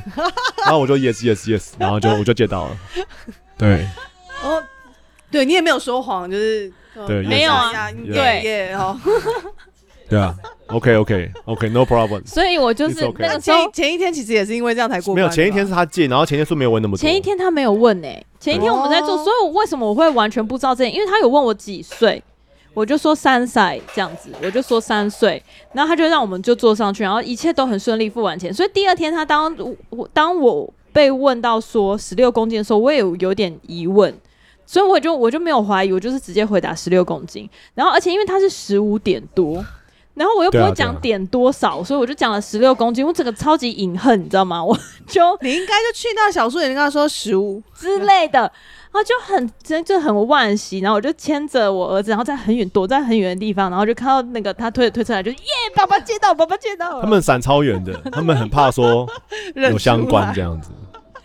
[SPEAKER 2] 然后我就 Yes Yes Yes，然后就我就借到了，对，
[SPEAKER 4] 哦， <laughs> 对你也没有说谎，就是呃
[SPEAKER 2] 对
[SPEAKER 1] 没有啊
[SPEAKER 4] 呀呀
[SPEAKER 2] 对
[SPEAKER 4] 耶
[SPEAKER 2] <laughs>
[SPEAKER 4] 耶哦，
[SPEAKER 2] 对 <laughs> 啊，OK OK OK，No problem。
[SPEAKER 1] 所以我就是
[SPEAKER 2] It's okay
[SPEAKER 1] 那
[SPEAKER 4] 那
[SPEAKER 1] 个时候
[SPEAKER 4] 前一前一天其实也是因为这样才过
[SPEAKER 2] 没
[SPEAKER 4] 关的啊
[SPEAKER 2] 有，
[SPEAKER 4] 吧，
[SPEAKER 2] 前一天是他借，然后前一天说没有问那么多。
[SPEAKER 1] 前一天他没有问哎、前一天我们在做，
[SPEAKER 4] 哦
[SPEAKER 1] 所以我为什么我会完全不知道这点？因为他有问我几岁，我就说三岁这样子，我就说三岁，然后他就让我们就坐上去，然后一切都很顺利付完钱。所以第二天他当我当我被问到说十六公斤的时候，我也有有点疑问。所以我就我就没有怀疑，我就是直接回答十六公斤。然后而且因为他是十五点多，然后我又不
[SPEAKER 2] 对啊
[SPEAKER 1] 会
[SPEAKER 2] 对啊
[SPEAKER 1] 讲点多少，所以我就讲了十六公斤。我整个超级隐恨，你知道吗？ <laughs> 我就
[SPEAKER 4] 你应该就去到小树林跟他说十五，
[SPEAKER 1] 之类的，然后就很真就很惋惜，然后我就牵着我儿子，然后在很远躲在很远的地方，然后就看到那个他推着推车来，就耶，爸爸接到，爸爸接到了。
[SPEAKER 2] 他们闪超远的，他们很怕
[SPEAKER 4] <laughs>
[SPEAKER 2] 说有相关这样子。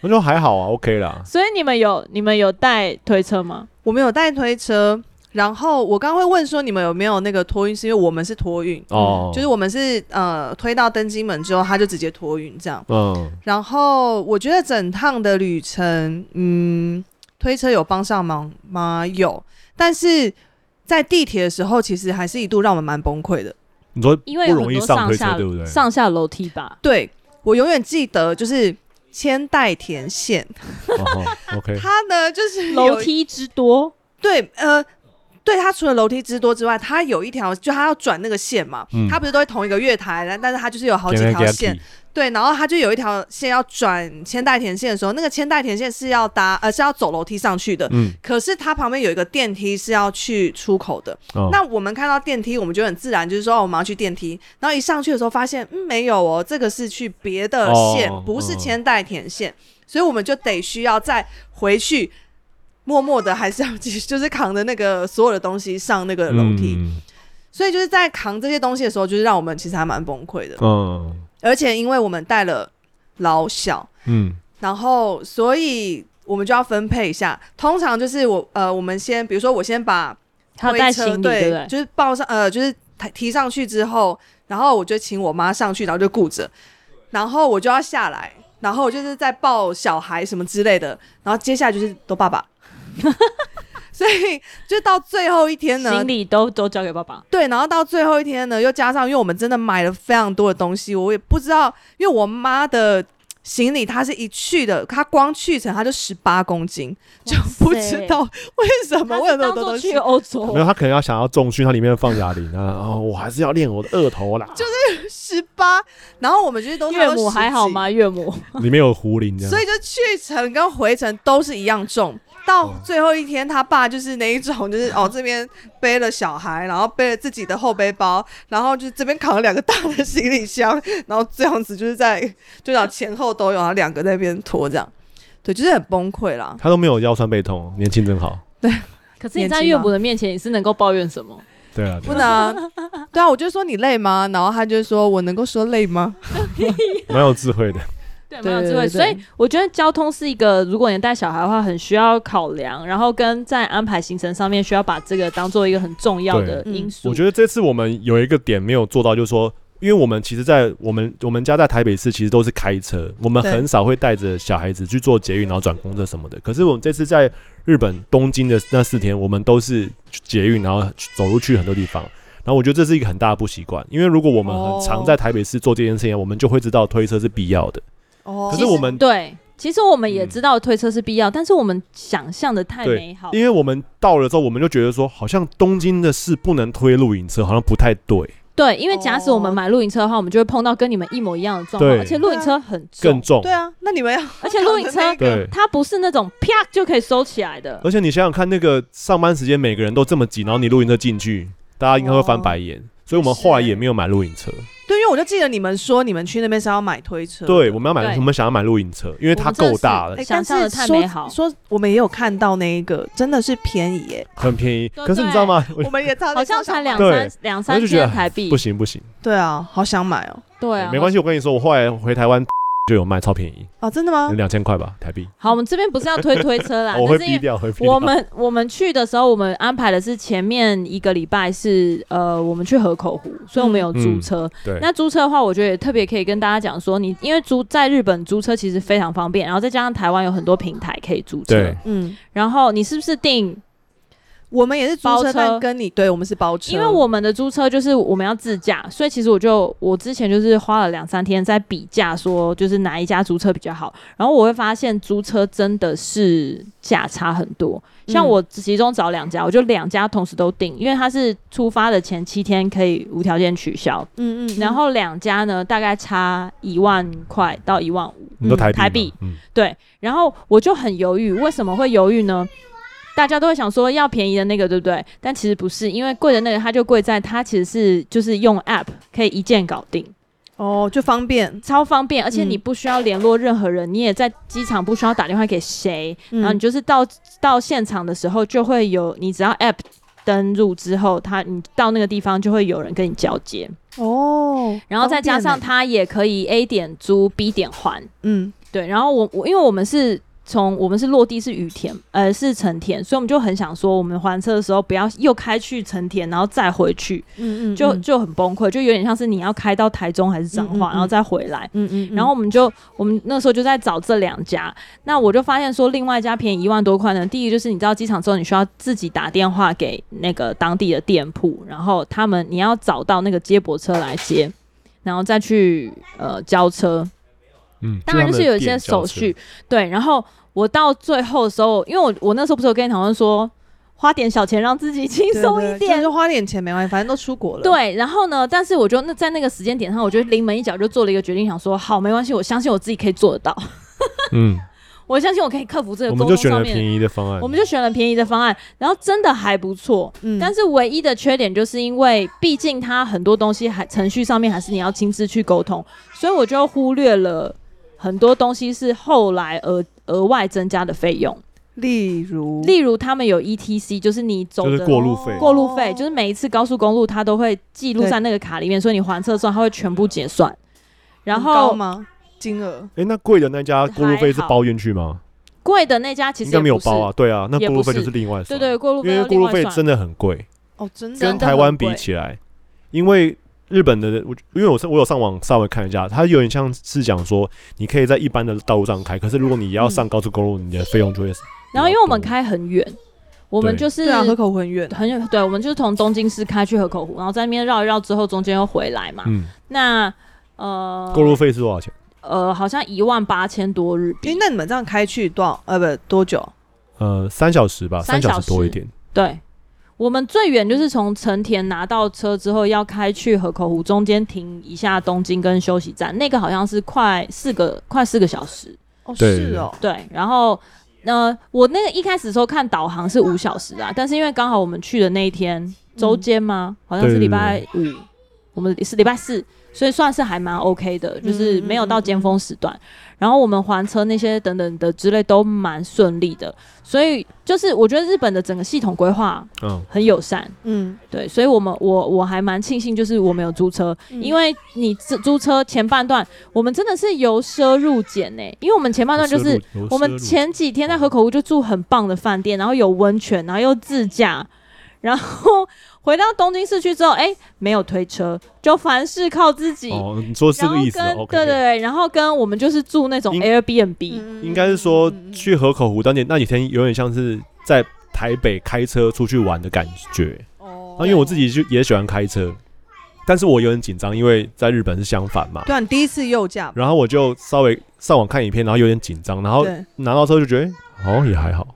[SPEAKER 2] 我说还好啊，OK 啦。
[SPEAKER 1] 所以你们有你们有带推车吗？
[SPEAKER 4] 我们有带推车，然后我刚刚会问说你们有没有那个托运，是因为我们是托运，
[SPEAKER 1] 嗯
[SPEAKER 2] 哦，
[SPEAKER 4] 就是我们是呃推到登机门之后，他就直接托运这样。
[SPEAKER 2] 嗯，
[SPEAKER 4] 然后我觉得整趟的旅程，嗯，推车有帮上忙吗？有，但是在地铁的时候，其实还是一度让我们蛮崩溃的。
[SPEAKER 2] 你说
[SPEAKER 1] 因为
[SPEAKER 2] 不
[SPEAKER 1] 有
[SPEAKER 2] 容
[SPEAKER 1] 很
[SPEAKER 2] 易
[SPEAKER 1] 多上
[SPEAKER 2] 推
[SPEAKER 1] 下
[SPEAKER 2] 车，对不对？
[SPEAKER 1] 上下楼梯吧。
[SPEAKER 4] 对我永远记得就是千代田线，
[SPEAKER 2] 哦
[SPEAKER 1] <laughs>
[SPEAKER 2] 哦 OK，
[SPEAKER 4] 它呢就是有
[SPEAKER 1] 楼梯之多，
[SPEAKER 4] 对，呃，对，它除了楼梯之多之外，它有一条，就它要转那个线嘛，
[SPEAKER 2] 嗯
[SPEAKER 4] 它不是都会同一个月台，但但是它就是有好几条线，对，然后它就有一条线要转千代田线的时候，那个千代田线是要搭，呃，是要走楼梯上去的。 <laughs>
[SPEAKER 2] 嗯，
[SPEAKER 4] 可是它旁边有一个电梯是要去出口的，
[SPEAKER 2] 哦
[SPEAKER 4] 那我们看到电梯，我们就很自然，就是说、哦、我们要去电梯。然后一上去的时候发现，嗯，没有哦，这个是去别的线，
[SPEAKER 2] 哦
[SPEAKER 4] 不是千代田线，所以我们就得需要再回去，默默的还是要继续，就是扛着那个所有的东西上那个楼梯。
[SPEAKER 2] 嗯
[SPEAKER 4] 所以就是在扛这些东西的时候，就是让我们其实还蛮崩溃的。
[SPEAKER 2] 嗯
[SPEAKER 4] 而且因为我们带了老小，
[SPEAKER 2] 嗯
[SPEAKER 4] 然后所以我们就要分配一下。通常就是我呃，我们先比如说我先把
[SPEAKER 1] 他有带
[SPEAKER 4] 推
[SPEAKER 1] 行
[SPEAKER 4] 车
[SPEAKER 1] 李，对不对？
[SPEAKER 4] 就是抱上呃，就是抬提上去之后，然后我就请我妈上去，然后就顾着，然后我就要下来，然后我就是在抱小孩什么之类的，然后接下来就是都爸 <laughs> 爸，所以就到最后一天呢
[SPEAKER 1] 行，李都都交给爸爸。
[SPEAKER 4] 对，然后到最后一天呢，又加上因为我们真的买了非常多的东西，我也不知道，因为我妈的。行李她是一去的，她光去程她就十八公斤，就不知道为什么
[SPEAKER 1] 他
[SPEAKER 4] 会有
[SPEAKER 1] 是
[SPEAKER 4] 那
[SPEAKER 1] 当
[SPEAKER 4] 么
[SPEAKER 1] 做
[SPEAKER 4] 多东西
[SPEAKER 1] 去。欧
[SPEAKER 2] 没
[SPEAKER 1] 洲，
[SPEAKER 2] 有，他可能要想要重训，他里面放哑铃啊，然后我还是要练我的二头啦，就
[SPEAKER 4] 十八，然后我们就是都差
[SPEAKER 1] 岳
[SPEAKER 4] 不多
[SPEAKER 1] 母还好吗？岳母
[SPEAKER 2] 是里面有壶铃这样
[SPEAKER 4] 10几？所。以就去程跟回程都是一样重。到最后一天，他爸就是那一种，就是哦这边背了小孩，然后背了自己的后背包，然后就这边扛了两个大的行李箱，然后这样子就是在就讲前后都有，然后两个在那边拖这样，对，就是很崩溃啦。
[SPEAKER 2] 他都没有腰酸背痛，年轻真好。
[SPEAKER 1] 可是你在岳母的面前，你是能够抱怨什么？
[SPEAKER 2] 对啊，对啊
[SPEAKER 4] 不能
[SPEAKER 1] <laughs>
[SPEAKER 4] 啊，对啊，我就说你累吗？然后他就说我能够说累吗？
[SPEAKER 2] 蛮有智慧的。
[SPEAKER 1] 对，
[SPEAKER 4] 对
[SPEAKER 1] 蛮有智慧。
[SPEAKER 4] 对对
[SPEAKER 1] 所以我觉得交通是一个，如果你带小孩的话，很需要考量，然后跟在安排行程上面，需要把这个当做一个很重要的
[SPEAKER 4] 对
[SPEAKER 1] 因素。
[SPEAKER 2] 嗯我觉得这次我们有一个点没有做到，就是说，因为我们其实在，我们我们家在台北市其实都是开车，我们
[SPEAKER 4] 对
[SPEAKER 2] 很少会带着小孩子去做捷运，然后转公车什么的。可是我们这次在日本东京的那四天，我们都是去捷运，然后去走路去很多地方。然后我觉得这是一个很大的不习惯，因为如果我们很常在台北市做这件事情，我们就会知道推车是必要的。
[SPEAKER 4] 哦
[SPEAKER 2] 可是我们
[SPEAKER 1] 对，其实我们也
[SPEAKER 2] 嗯
[SPEAKER 1] 知道推车是必要，但是我们想象的太
[SPEAKER 2] 对
[SPEAKER 1] 美
[SPEAKER 4] 哦
[SPEAKER 1] 好。
[SPEAKER 2] 因为我们到了之后，我们就觉得说，好像东京的市不能推露营车，好像不太对，
[SPEAKER 1] 对，因为假使我们
[SPEAKER 4] 哦
[SPEAKER 1] 买露营车的话，我们就会碰到跟你们一模一样的状况，
[SPEAKER 2] 对
[SPEAKER 1] 而且露营车很
[SPEAKER 2] 更
[SPEAKER 1] 重，
[SPEAKER 2] 重
[SPEAKER 4] 对。啊，那你们要
[SPEAKER 1] 而且露营车
[SPEAKER 2] 对，
[SPEAKER 1] 它不是那种啪就可以收起来的。
[SPEAKER 2] 而且你想想看，那个上班时间每个人都这么挤，然后你露营车进去，大家应该会翻白眼。所以我们后来也没有买露营车，
[SPEAKER 4] 对，因为我就记得你们说你们去那边是要买推车，
[SPEAKER 2] 对，我们要买，
[SPEAKER 1] 对
[SPEAKER 2] 我们想要买露营车，因为它
[SPEAKER 1] 我们真的
[SPEAKER 2] 够大了，
[SPEAKER 4] 哎
[SPEAKER 1] 想
[SPEAKER 4] 但
[SPEAKER 1] 象的
[SPEAKER 4] 是
[SPEAKER 1] 太
[SPEAKER 4] 说
[SPEAKER 1] 美好
[SPEAKER 4] 说我们也有看到那一个，真的是便宜耶、
[SPEAKER 2] 很便宜。
[SPEAKER 1] 对
[SPEAKER 2] 可是你知道吗？
[SPEAKER 4] 我们也差
[SPEAKER 1] 好像才两
[SPEAKER 2] 对
[SPEAKER 1] 三两
[SPEAKER 2] 我
[SPEAKER 1] 三
[SPEAKER 2] 就觉得
[SPEAKER 1] 千台币
[SPEAKER 2] <laughs> 不，行不行，
[SPEAKER 4] 对啊，好想买哦、
[SPEAKER 1] 对啊，
[SPEAKER 2] 没关系，我跟你说，我后来回台湾就有卖，超便宜，
[SPEAKER 4] 啊，真的吗？
[SPEAKER 2] 两千块吧台币，
[SPEAKER 1] 好，我们这边不是要推推车啦，
[SPEAKER 2] <laughs> 我会
[SPEAKER 1] 嗯啊但是因
[SPEAKER 2] 逼
[SPEAKER 1] 为
[SPEAKER 2] 掉，会逼
[SPEAKER 1] 我
[SPEAKER 2] 掉。
[SPEAKER 1] 们我们去的时候，我们安排的是前面一个礼拜是呃，我们去河口湖，所以我们有租车。
[SPEAKER 2] 嗯对，
[SPEAKER 1] 那租车的话，我觉得也特别可以跟大家讲说，你因为租在日本租车其实非常方便，然后再加上台湾有很多平台可以租车
[SPEAKER 2] 对，
[SPEAKER 4] 嗯，
[SPEAKER 1] 然后你是不是订？
[SPEAKER 4] 我们也是租
[SPEAKER 1] 包
[SPEAKER 4] 车，
[SPEAKER 1] 车
[SPEAKER 4] 但跟你对，我们是包车，
[SPEAKER 1] 因为我们的租车就是我们要自驾，所以其实我就我之前就是花了两三天在比价，说就是哪一家租车比较好。然后我会发现租车真的是价差很多，像
[SPEAKER 4] 嗯
[SPEAKER 1] 我其中找两家，我就两家同时都订，因为它是出发的前七天可以无条件取消，
[SPEAKER 4] 嗯嗯，
[SPEAKER 1] 然后两家呢大概差一万块到一万五，
[SPEAKER 2] 你说台
[SPEAKER 1] 嗯
[SPEAKER 2] 币
[SPEAKER 1] 台
[SPEAKER 2] 嘛
[SPEAKER 1] 币，
[SPEAKER 2] 嗯，
[SPEAKER 1] 对，然后我就很犹豫，为什么会犹豫呢？大家都会想说要便宜的那个，对不对？但其实不是，因为贵的那个它就贵在它其实是就是用 App 可以一键搞定，
[SPEAKER 4] 哦，就方便，
[SPEAKER 1] 超方便，而且
[SPEAKER 4] 嗯
[SPEAKER 1] 你不需要联络任何人，你也在机场不需要打电话给谁，然后你
[SPEAKER 4] 嗯，
[SPEAKER 1] 就是到到现场的时候就会有，你只要 App 登入之后，它你到那个地方就会有人跟你交接，
[SPEAKER 4] 哦，
[SPEAKER 1] 然后再加上
[SPEAKER 4] 方便耶，
[SPEAKER 1] 它也可以 A 点租 B 点还，
[SPEAKER 4] 嗯，
[SPEAKER 1] 对，然后我我因为我们是从我们是落地是雨田，呃是成田，所以我们就很想说，我们还车的时候不要又开去成田，然后再回去，
[SPEAKER 4] 嗯嗯，
[SPEAKER 1] 就
[SPEAKER 4] 嗯
[SPEAKER 1] 就很崩溃，就有点像是你要开到台中还是彰化，
[SPEAKER 4] 嗯嗯嗯
[SPEAKER 1] 然后再回来。
[SPEAKER 4] 嗯嗯，嗯
[SPEAKER 1] 然后我们就，我们那时候就在找这两家。那我就发现说，另外一家便宜一万多块呢。第一就是你知道机场之后，你需要自己打电话给那个当地的店铺，然后他们你要找到那个接驳车来接，然后再去呃交车。
[SPEAKER 2] 嗯，
[SPEAKER 1] 当然
[SPEAKER 2] 就
[SPEAKER 1] 就是
[SPEAKER 2] 他
[SPEAKER 1] 有
[SPEAKER 2] 们的
[SPEAKER 1] 一些
[SPEAKER 2] 店交
[SPEAKER 1] 手
[SPEAKER 2] 车
[SPEAKER 1] 续，，对。然后我到最后的时候，因为我我那时候不是有跟你讨论说，花点小钱让自己轻
[SPEAKER 4] 对
[SPEAKER 1] 松
[SPEAKER 4] 对
[SPEAKER 1] 一
[SPEAKER 4] 就
[SPEAKER 1] 点
[SPEAKER 4] 是。花点钱没关系，反正都出国了，，
[SPEAKER 1] 对，然后呢？但是我就那在那个时间点上，我觉得临门一脚就做了一个决定，想说好，没关系，我相信我自己可以做得到，
[SPEAKER 2] 嗯，
[SPEAKER 1] 我相信我可以克服这个
[SPEAKER 2] 我
[SPEAKER 1] 沟
[SPEAKER 2] 们就
[SPEAKER 1] 通
[SPEAKER 2] 选
[SPEAKER 1] 上
[SPEAKER 2] 了
[SPEAKER 1] 面的。
[SPEAKER 2] 便宜的方案，
[SPEAKER 1] 我们就选了便宜的方案，然后真的还不错。
[SPEAKER 4] 嗯，
[SPEAKER 1] 但是唯一的缺点就是因为，毕竟它很多东西还程序上面还是你要亲自去沟通，所以我就忽略了很多东西是后来额额外增加的费用，
[SPEAKER 4] 例如，
[SPEAKER 1] 例如他们有 ETC，就是你走
[SPEAKER 2] 就是
[SPEAKER 1] 的嗯
[SPEAKER 2] 过路费，
[SPEAKER 1] 过路费，
[SPEAKER 4] 哦
[SPEAKER 1] 就是每一次高速公路它都会记录
[SPEAKER 4] 对
[SPEAKER 1] 在那个卡里面，所以你还车的时候它会全部结算。然
[SPEAKER 4] 很高
[SPEAKER 1] 后
[SPEAKER 4] 吗？金额
[SPEAKER 2] 哎，那贵的那家过路费是
[SPEAKER 1] 还好
[SPEAKER 2] 包进去吗？
[SPEAKER 1] 贵的那家其实
[SPEAKER 2] 应
[SPEAKER 1] 也
[SPEAKER 2] 该
[SPEAKER 1] 不
[SPEAKER 2] 没有
[SPEAKER 1] 是
[SPEAKER 2] 包啊，对啊，那
[SPEAKER 1] 也
[SPEAKER 2] 过
[SPEAKER 1] 不
[SPEAKER 2] 路费就是是另外
[SPEAKER 1] 对
[SPEAKER 2] 算，
[SPEAKER 1] 对，过路
[SPEAKER 2] 因
[SPEAKER 1] 费
[SPEAKER 2] 为
[SPEAKER 1] 要
[SPEAKER 2] 过
[SPEAKER 1] 另
[SPEAKER 2] 路
[SPEAKER 1] 外
[SPEAKER 2] 费
[SPEAKER 1] 算
[SPEAKER 2] 真的很贵，
[SPEAKER 5] 哦，真的
[SPEAKER 1] 真
[SPEAKER 2] 跟
[SPEAKER 1] 的
[SPEAKER 2] 台
[SPEAKER 1] 很
[SPEAKER 2] 湾比
[SPEAKER 1] 贵
[SPEAKER 2] 起来，因为日本的我因为我上我有上网稍微看一下，它有点像是讲说你可以在一般的道路上开，可是如果你要
[SPEAKER 1] 嗯
[SPEAKER 2] 上高速公路，你的费用就会
[SPEAKER 1] 然后因为我们
[SPEAKER 2] 多
[SPEAKER 1] 开很远，我们
[SPEAKER 2] 对
[SPEAKER 1] 就是
[SPEAKER 5] 对啊，河口湖很远，
[SPEAKER 1] 很远，对，我们就是从东京市开去河口湖，然后在那边绕一绕之后，中间又回来嘛。
[SPEAKER 2] 嗯，
[SPEAKER 1] 那呃，
[SPEAKER 2] 过路费是多少钱？
[SPEAKER 1] 呃，好像一万八千多日
[SPEAKER 5] 诶
[SPEAKER 1] 币，
[SPEAKER 5] 那你们这样开去多少？呃，不多久？
[SPEAKER 2] 呃，三小时吧，
[SPEAKER 1] 三
[SPEAKER 2] 三
[SPEAKER 1] 小
[SPEAKER 2] 小
[SPEAKER 1] 时
[SPEAKER 2] 时多一点。
[SPEAKER 1] 对。我们最远就是从成田拿到车之后，要开去河口湖，中间停一下东京跟休息站，那个好像是快四个快四个小时，
[SPEAKER 5] 哦，
[SPEAKER 2] 对
[SPEAKER 5] 是哦，
[SPEAKER 1] 对。然后，呃，我那个一开始的时候看导航是五小时啊，但是因为刚好我们去的那一天周间吗？好像是礼拜五，我们是礼拜四，所以算是还蛮 OK 的，就是没有到尖峰时段。然后我们还车那些等等的之类都蛮顺利的，所以就是我觉得日本的整个系统规划
[SPEAKER 2] 嗯，
[SPEAKER 1] 很友善，
[SPEAKER 5] 嗯，
[SPEAKER 1] 对，所以我们我我还蛮庆幸，就是我没有租车，因为你租租车前半段，我们真的是由奢入俭呢、欸因为我们前半段就是
[SPEAKER 2] 有
[SPEAKER 1] 我们
[SPEAKER 2] 摄入
[SPEAKER 1] 前几天在河口湖就住很棒的饭店，然后有温泉，然后又自驾，然后回到东京市区之后，哎、没有推车，就凡事靠自己。
[SPEAKER 2] 哦，你说是
[SPEAKER 1] 然
[SPEAKER 2] 个
[SPEAKER 1] 后
[SPEAKER 2] 意思
[SPEAKER 1] 跟
[SPEAKER 2] ，OK？
[SPEAKER 1] 对对对，然后跟我们就是住那种
[SPEAKER 2] 应
[SPEAKER 1] Airbnb，、
[SPEAKER 5] 嗯
[SPEAKER 2] 应该是说去河口湖当年那几天有点像是在台北开车出去玩的感觉。
[SPEAKER 5] 哦
[SPEAKER 2] 那、啊因为我自己就也喜欢开车，但是我有点紧张，因为在日本是相反嘛。
[SPEAKER 5] 对啊，你第一次右驾，
[SPEAKER 2] 然后我就稍微上网看影片，然后有点紧张，然后哦
[SPEAKER 5] 对，
[SPEAKER 2] 拿到车就觉得好像、也还好，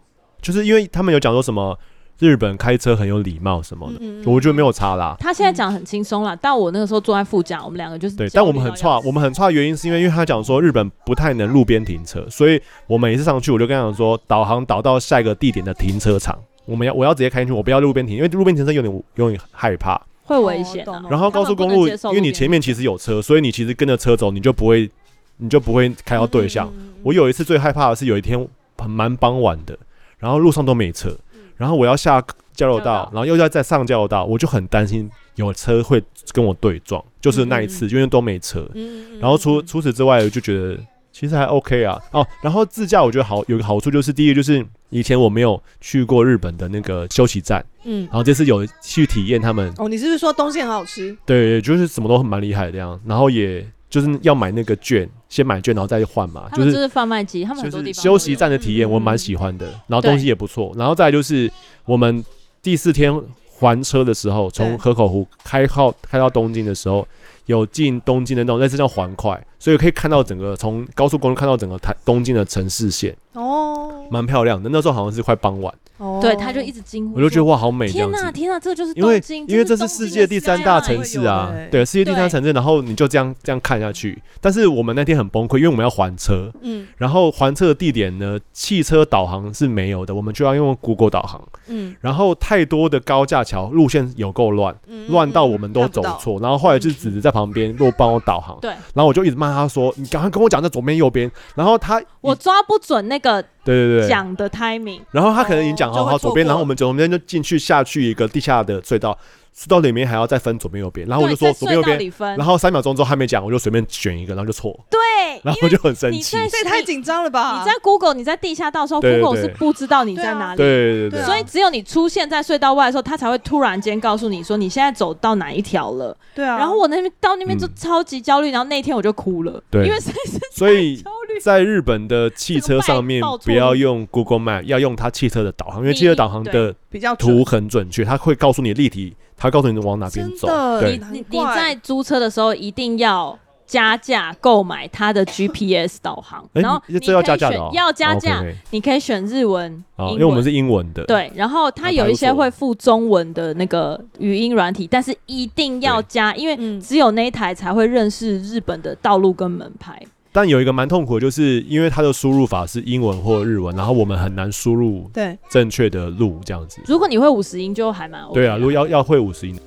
[SPEAKER 2] 就是因为他们有讲说什么日本开车很有礼貌什么的，
[SPEAKER 5] 嗯
[SPEAKER 2] 我觉得没有差啦。
[SPEAKER 1] 他现在讲很轻松啦，但我那个时候坐在副驾，我们两
[SPEAKER 5] 嗯
[SPEAKER 1] 个就是
[SPEAKER 2] 嗯对，
[SPEAKER 1] 焦
[SPEAKER 2] 但
[SPEAKER 1] 虑
[SPEAKER 2] 我们很
[SPEAKER 1] 到要
[SPEAKER 2] 差，
[SPEAKER 1] 死
[SPEAKER 2] 我们很差的原因是因为，因为他讲说日本不太能路边停车，所以我每一次上去，我就跟他讲说，导航导到下一个地点的停车场，我们要我要直接开进去，我不要路边停，因为路边停车有点有点害怕。
[SPEAKER 1] 会危险啊
[SPEAKER 5] 哦懂。
[SPEAKER 2] 然后高速公
[SPEAKER 1] 他们不
[SPEAKER 2] 路，
[SPEAKER 1] 能接受路
[SPEAKER 2] 因为
[SPEAKER 1] 边
[SPEAKER 2] 你前面其实有车，所以你其实跟着车走，你就不会你就不会开到对
[SPEAKER 1] 嗯
[SPEAKER 2] 向。我有一次最害怕的是有一天很蛮傍晚的，然后路上都没车，然后我要下交
[SPEAKER 1] 嗯交
[SPEAKER 2] 流
[SPEAKER 1] 流
[SPEAKER 2] 道
[SPEAKER 1] 道，
[SPEAKER 2] 然后又要再上交流道，我就很担心有车会跟我对撞，就是那一次，
[SPEAKER 1] 嗯
[SPEAKER 2] 因为都没车。
[SPEAKER 5] 嗯
[SPEAKER 2] 然后除除此之外，我就觉得其实还 OK 啊。哦，然后自驾我觉得好有个好处就是，第一就是以前我没有去过日本的那个休息站，
[SPEAKER 5] 嗯
[SPEAKER 2] 然，后这次有去体验他们，
[SPEAKER 5] 哦，你是不是说东西很好吃？
[SPEAKER 2] 对，就是什么都蛮厉害的这样。然后也就是要买那个券，先买券然后再换嘛，
[SPEAKER 1] 他
[SPEAKER 2] 就
[SPEAKER 1] 们
[SPEAKER 2] 是
[SPEAKER 1] 是贩卖机，他们
[SPEAKER 2] 就
[SPEAKER 1] 很多地
[SPEAKER 2] 是
[SPEAKER 1] 方
[SPEAKER 2] 休息站的体验
[SPEAKER 5] 嗯
[SPEAKER 2] 我蛮喜欢的，然后东西也不错。然后再来就是我们第四天还车的时候，从
[SPEAKER 5] 对
[SPEAKER 2] 河口湖开靠开到东京的时候，有进东京的那种类似叫环快，所以可以看到整个从高速公路看到整个台东京的城市线，
[SPEAKER 5] 哦，
[SPEAKER 2] 蛮漂亮的。那时候好像是快傍晚，
[SPEAKER 5] 哦
[SPEAKER 1] 有对，他就一直惊呼，
[SPEAKER 2] 我就觉得
[SPEAKER 1] 得
[SPEAKER 2] 哇好美这
[SPEAKER 1] 天
[SPEAKER 2] 样子。
[SPEAKER 1] 天哪，这就是
[SPEAKER 2] 因为
[SPEAKER 1] 东京，
[SPEAKER 2] 因为这
[SPEAKER 1] 是
[SPEAKER 2] 是世界第三大城市啊
[SPEAKER 5] 会有的欸，
[SPEAKER 2] 对，世界第三
[SPEAKER 1] 对
[SPEAKER 2] 城市，然后你就这样这样看下去。但是我们那天很崩溃，因为我们要还车，
[SPEAKER 5] 嗯
[SPEAKER 2] 然后还车的地点呢，汽车导航是没有的，我们就要用 Google 导航。
[SPEAKER 5] 嗯
[SPEAKER 2] 然后太多的高架桥路线有够乱，
[SPEAKER 5] 嗯
[SPEAKER 2] 乱到我们都走。
[SPEAKER 5] 看不到嗯
[SPEAKER 2] 错。然后后来就只是在旁边给我帮我导航，
[SPEAKER 1] 对
[SPEAKER 2] 然后我就一直骂他说：“你赶快跟我讲在左边右边。”然后他
[SPEAKER 1] 我抓不准那个
[SPEAKER 2] 对对对，
[SPEAKER 1] 讲的 timing，
[SPEAKER 2] 然后他可能已经讲
[SPEAKER 5] 哦
[SPEAKER 2] 好
[SPEAKER 5] 就
[SPEAKER 2] 好
[SPEAKER 5] 会错
[SPEAKER 2] 左边，
[SPEAKER 5] 过
[SPEAKER 2] 然后我们左边就进去下去一个地下的隧道，隧道里面还要再分左边右边，然后我就说
[SPEAKER 1] 对
[SPEAKER 2] 左边右
[SPEAKER 1] 在隧道
[SPEAKER 2] 边，
[SPEAKER 1] 里分，
[SPEAKER 2] 然后三秒钟之后还没讲，我就随便选一个，然后就错，
[SPEAKER 1] 对，
[SPEAKER 2] <laughs> 然后我就很生
[SPEAKER 1] 你
[SPEAKER 2] 气
[SPEAKER 1] 在。
[SPEAKER 5] 这也太紧张了吧？
[SPEAKER 1] 你在 Google，你在地下道的时候
[SPEAKER 2] 对对
[SPEAKER 1] ，Google 是
[SPEAKER 2] 对
[SPEAKER 1] 不知道你
[SPEAKER 5] 对
[SPEAKER 1] 在
[SPEAKER 5] 啊
[SPEAKER 1] 哪里。
[SPEAKER 2] 对对对
[SPEAKER 5] 对啊
[SPEAKER 1] 所以只有你出现在隧道外的时候，他才会突然间告诉你说你现在走到哪一条了。
[SPEAKER 5] 对啊，
[SPEAKER 1] 然后我那边到那边就
[SPEAKER 2] 嗯
[SPEAKER 1] 超级焦虑，然后那天我就哭了，
[SPEAKER 2] 对
[SPEAKER 1] 因为实在是
[SPEAKER 2] 所以
[SPEAKER 1] 焦虑。
[SPEAKER 2] 在日本的汽车上面
[SPEAKER 1] 这个拜报
[SPEAKER 2] 不
[SPEAKER 1] 错
[SPEAKER 2] 要用 Google Map，要用它汽车的导航，因为
[SPEAKER 1] 第一
[SPEAKER 2] 汽车导航的
[SPEAKER 5] 比较
[SPEAKER 2] 图很准确，它会告诉你立体，它会告诉你往哪边走
[SPEAKER 5] 真。的
[SPEAKER 2] 对
[SPEAKER 1] 你
[SPEAKER 5] 对
[SPEAKER 1] 你你
[SPEAKER 5] 难怪
[SPEAKER 1] 在租车的时候一定要加价购买它的 GPS 导航，
[SPEAKER 2] 哎
[SPEAKER 1] 然后
[SPEAKER 2] 你
[SPEAKER 1] 你
[SPEAKER 2] 这
[SPEAKER 1] 可
[SPEAKER 2] 要
[SPEAKER 1] 以
[SPEAKER 2] 加
[SPEAKER 1] 选
[SPEAKER 2] 价的哦
[SPEAKER 1] 要加价，
[SPEAKER 2] 哦，OK，OK
[SPEAKER 1] 你可以选日文、
[SPEAKER 2] 哦因
[SPEAKER 1] 英
[SPEAKER 2] 为我们
[SPEAKER 1] 文。
[SPEAKER 2] 是英文的，
[SPEAKER 1] 对，然后它有一些会附中文的那个语音软体，但是一定要加，因为
[SPEAKER 5] 嗯
[SPEAKER 1] 只有那一台才会认识日本的道路跟门牌。
[SPEAKER 2] 但有一个蛮痛苦的，就是因为它的输入法是英文或日文，然后我们很难输入
[SPEAKER 1] 嗯
[SPEAKER 5] 对
[SPEAKER 2] 正确的路这样子。
[SPEAKER 1] 如果你会五十音，就还蛮 OK
[SPEAKER 2] 对啊，如果要要会五十音，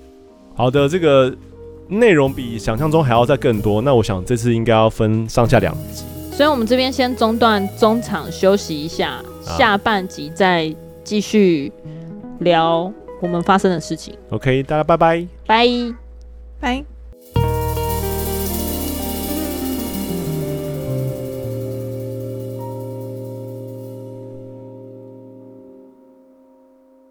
[SPEAKER 2] 好的，这个内容比想象中还要再更多。那我想这次应该要分上下两集。
[SPEAKER 1] 所以我们这边先中断中场休息一下，
[SPEAKER 2] 啊
[SPEAKER 1] 下半集再继续聊我们发生的事情。
[SPEAKER 2] OK，大家拜拜。
[SPEAKER 1] 拜。
[SPEAKER 5] 拜。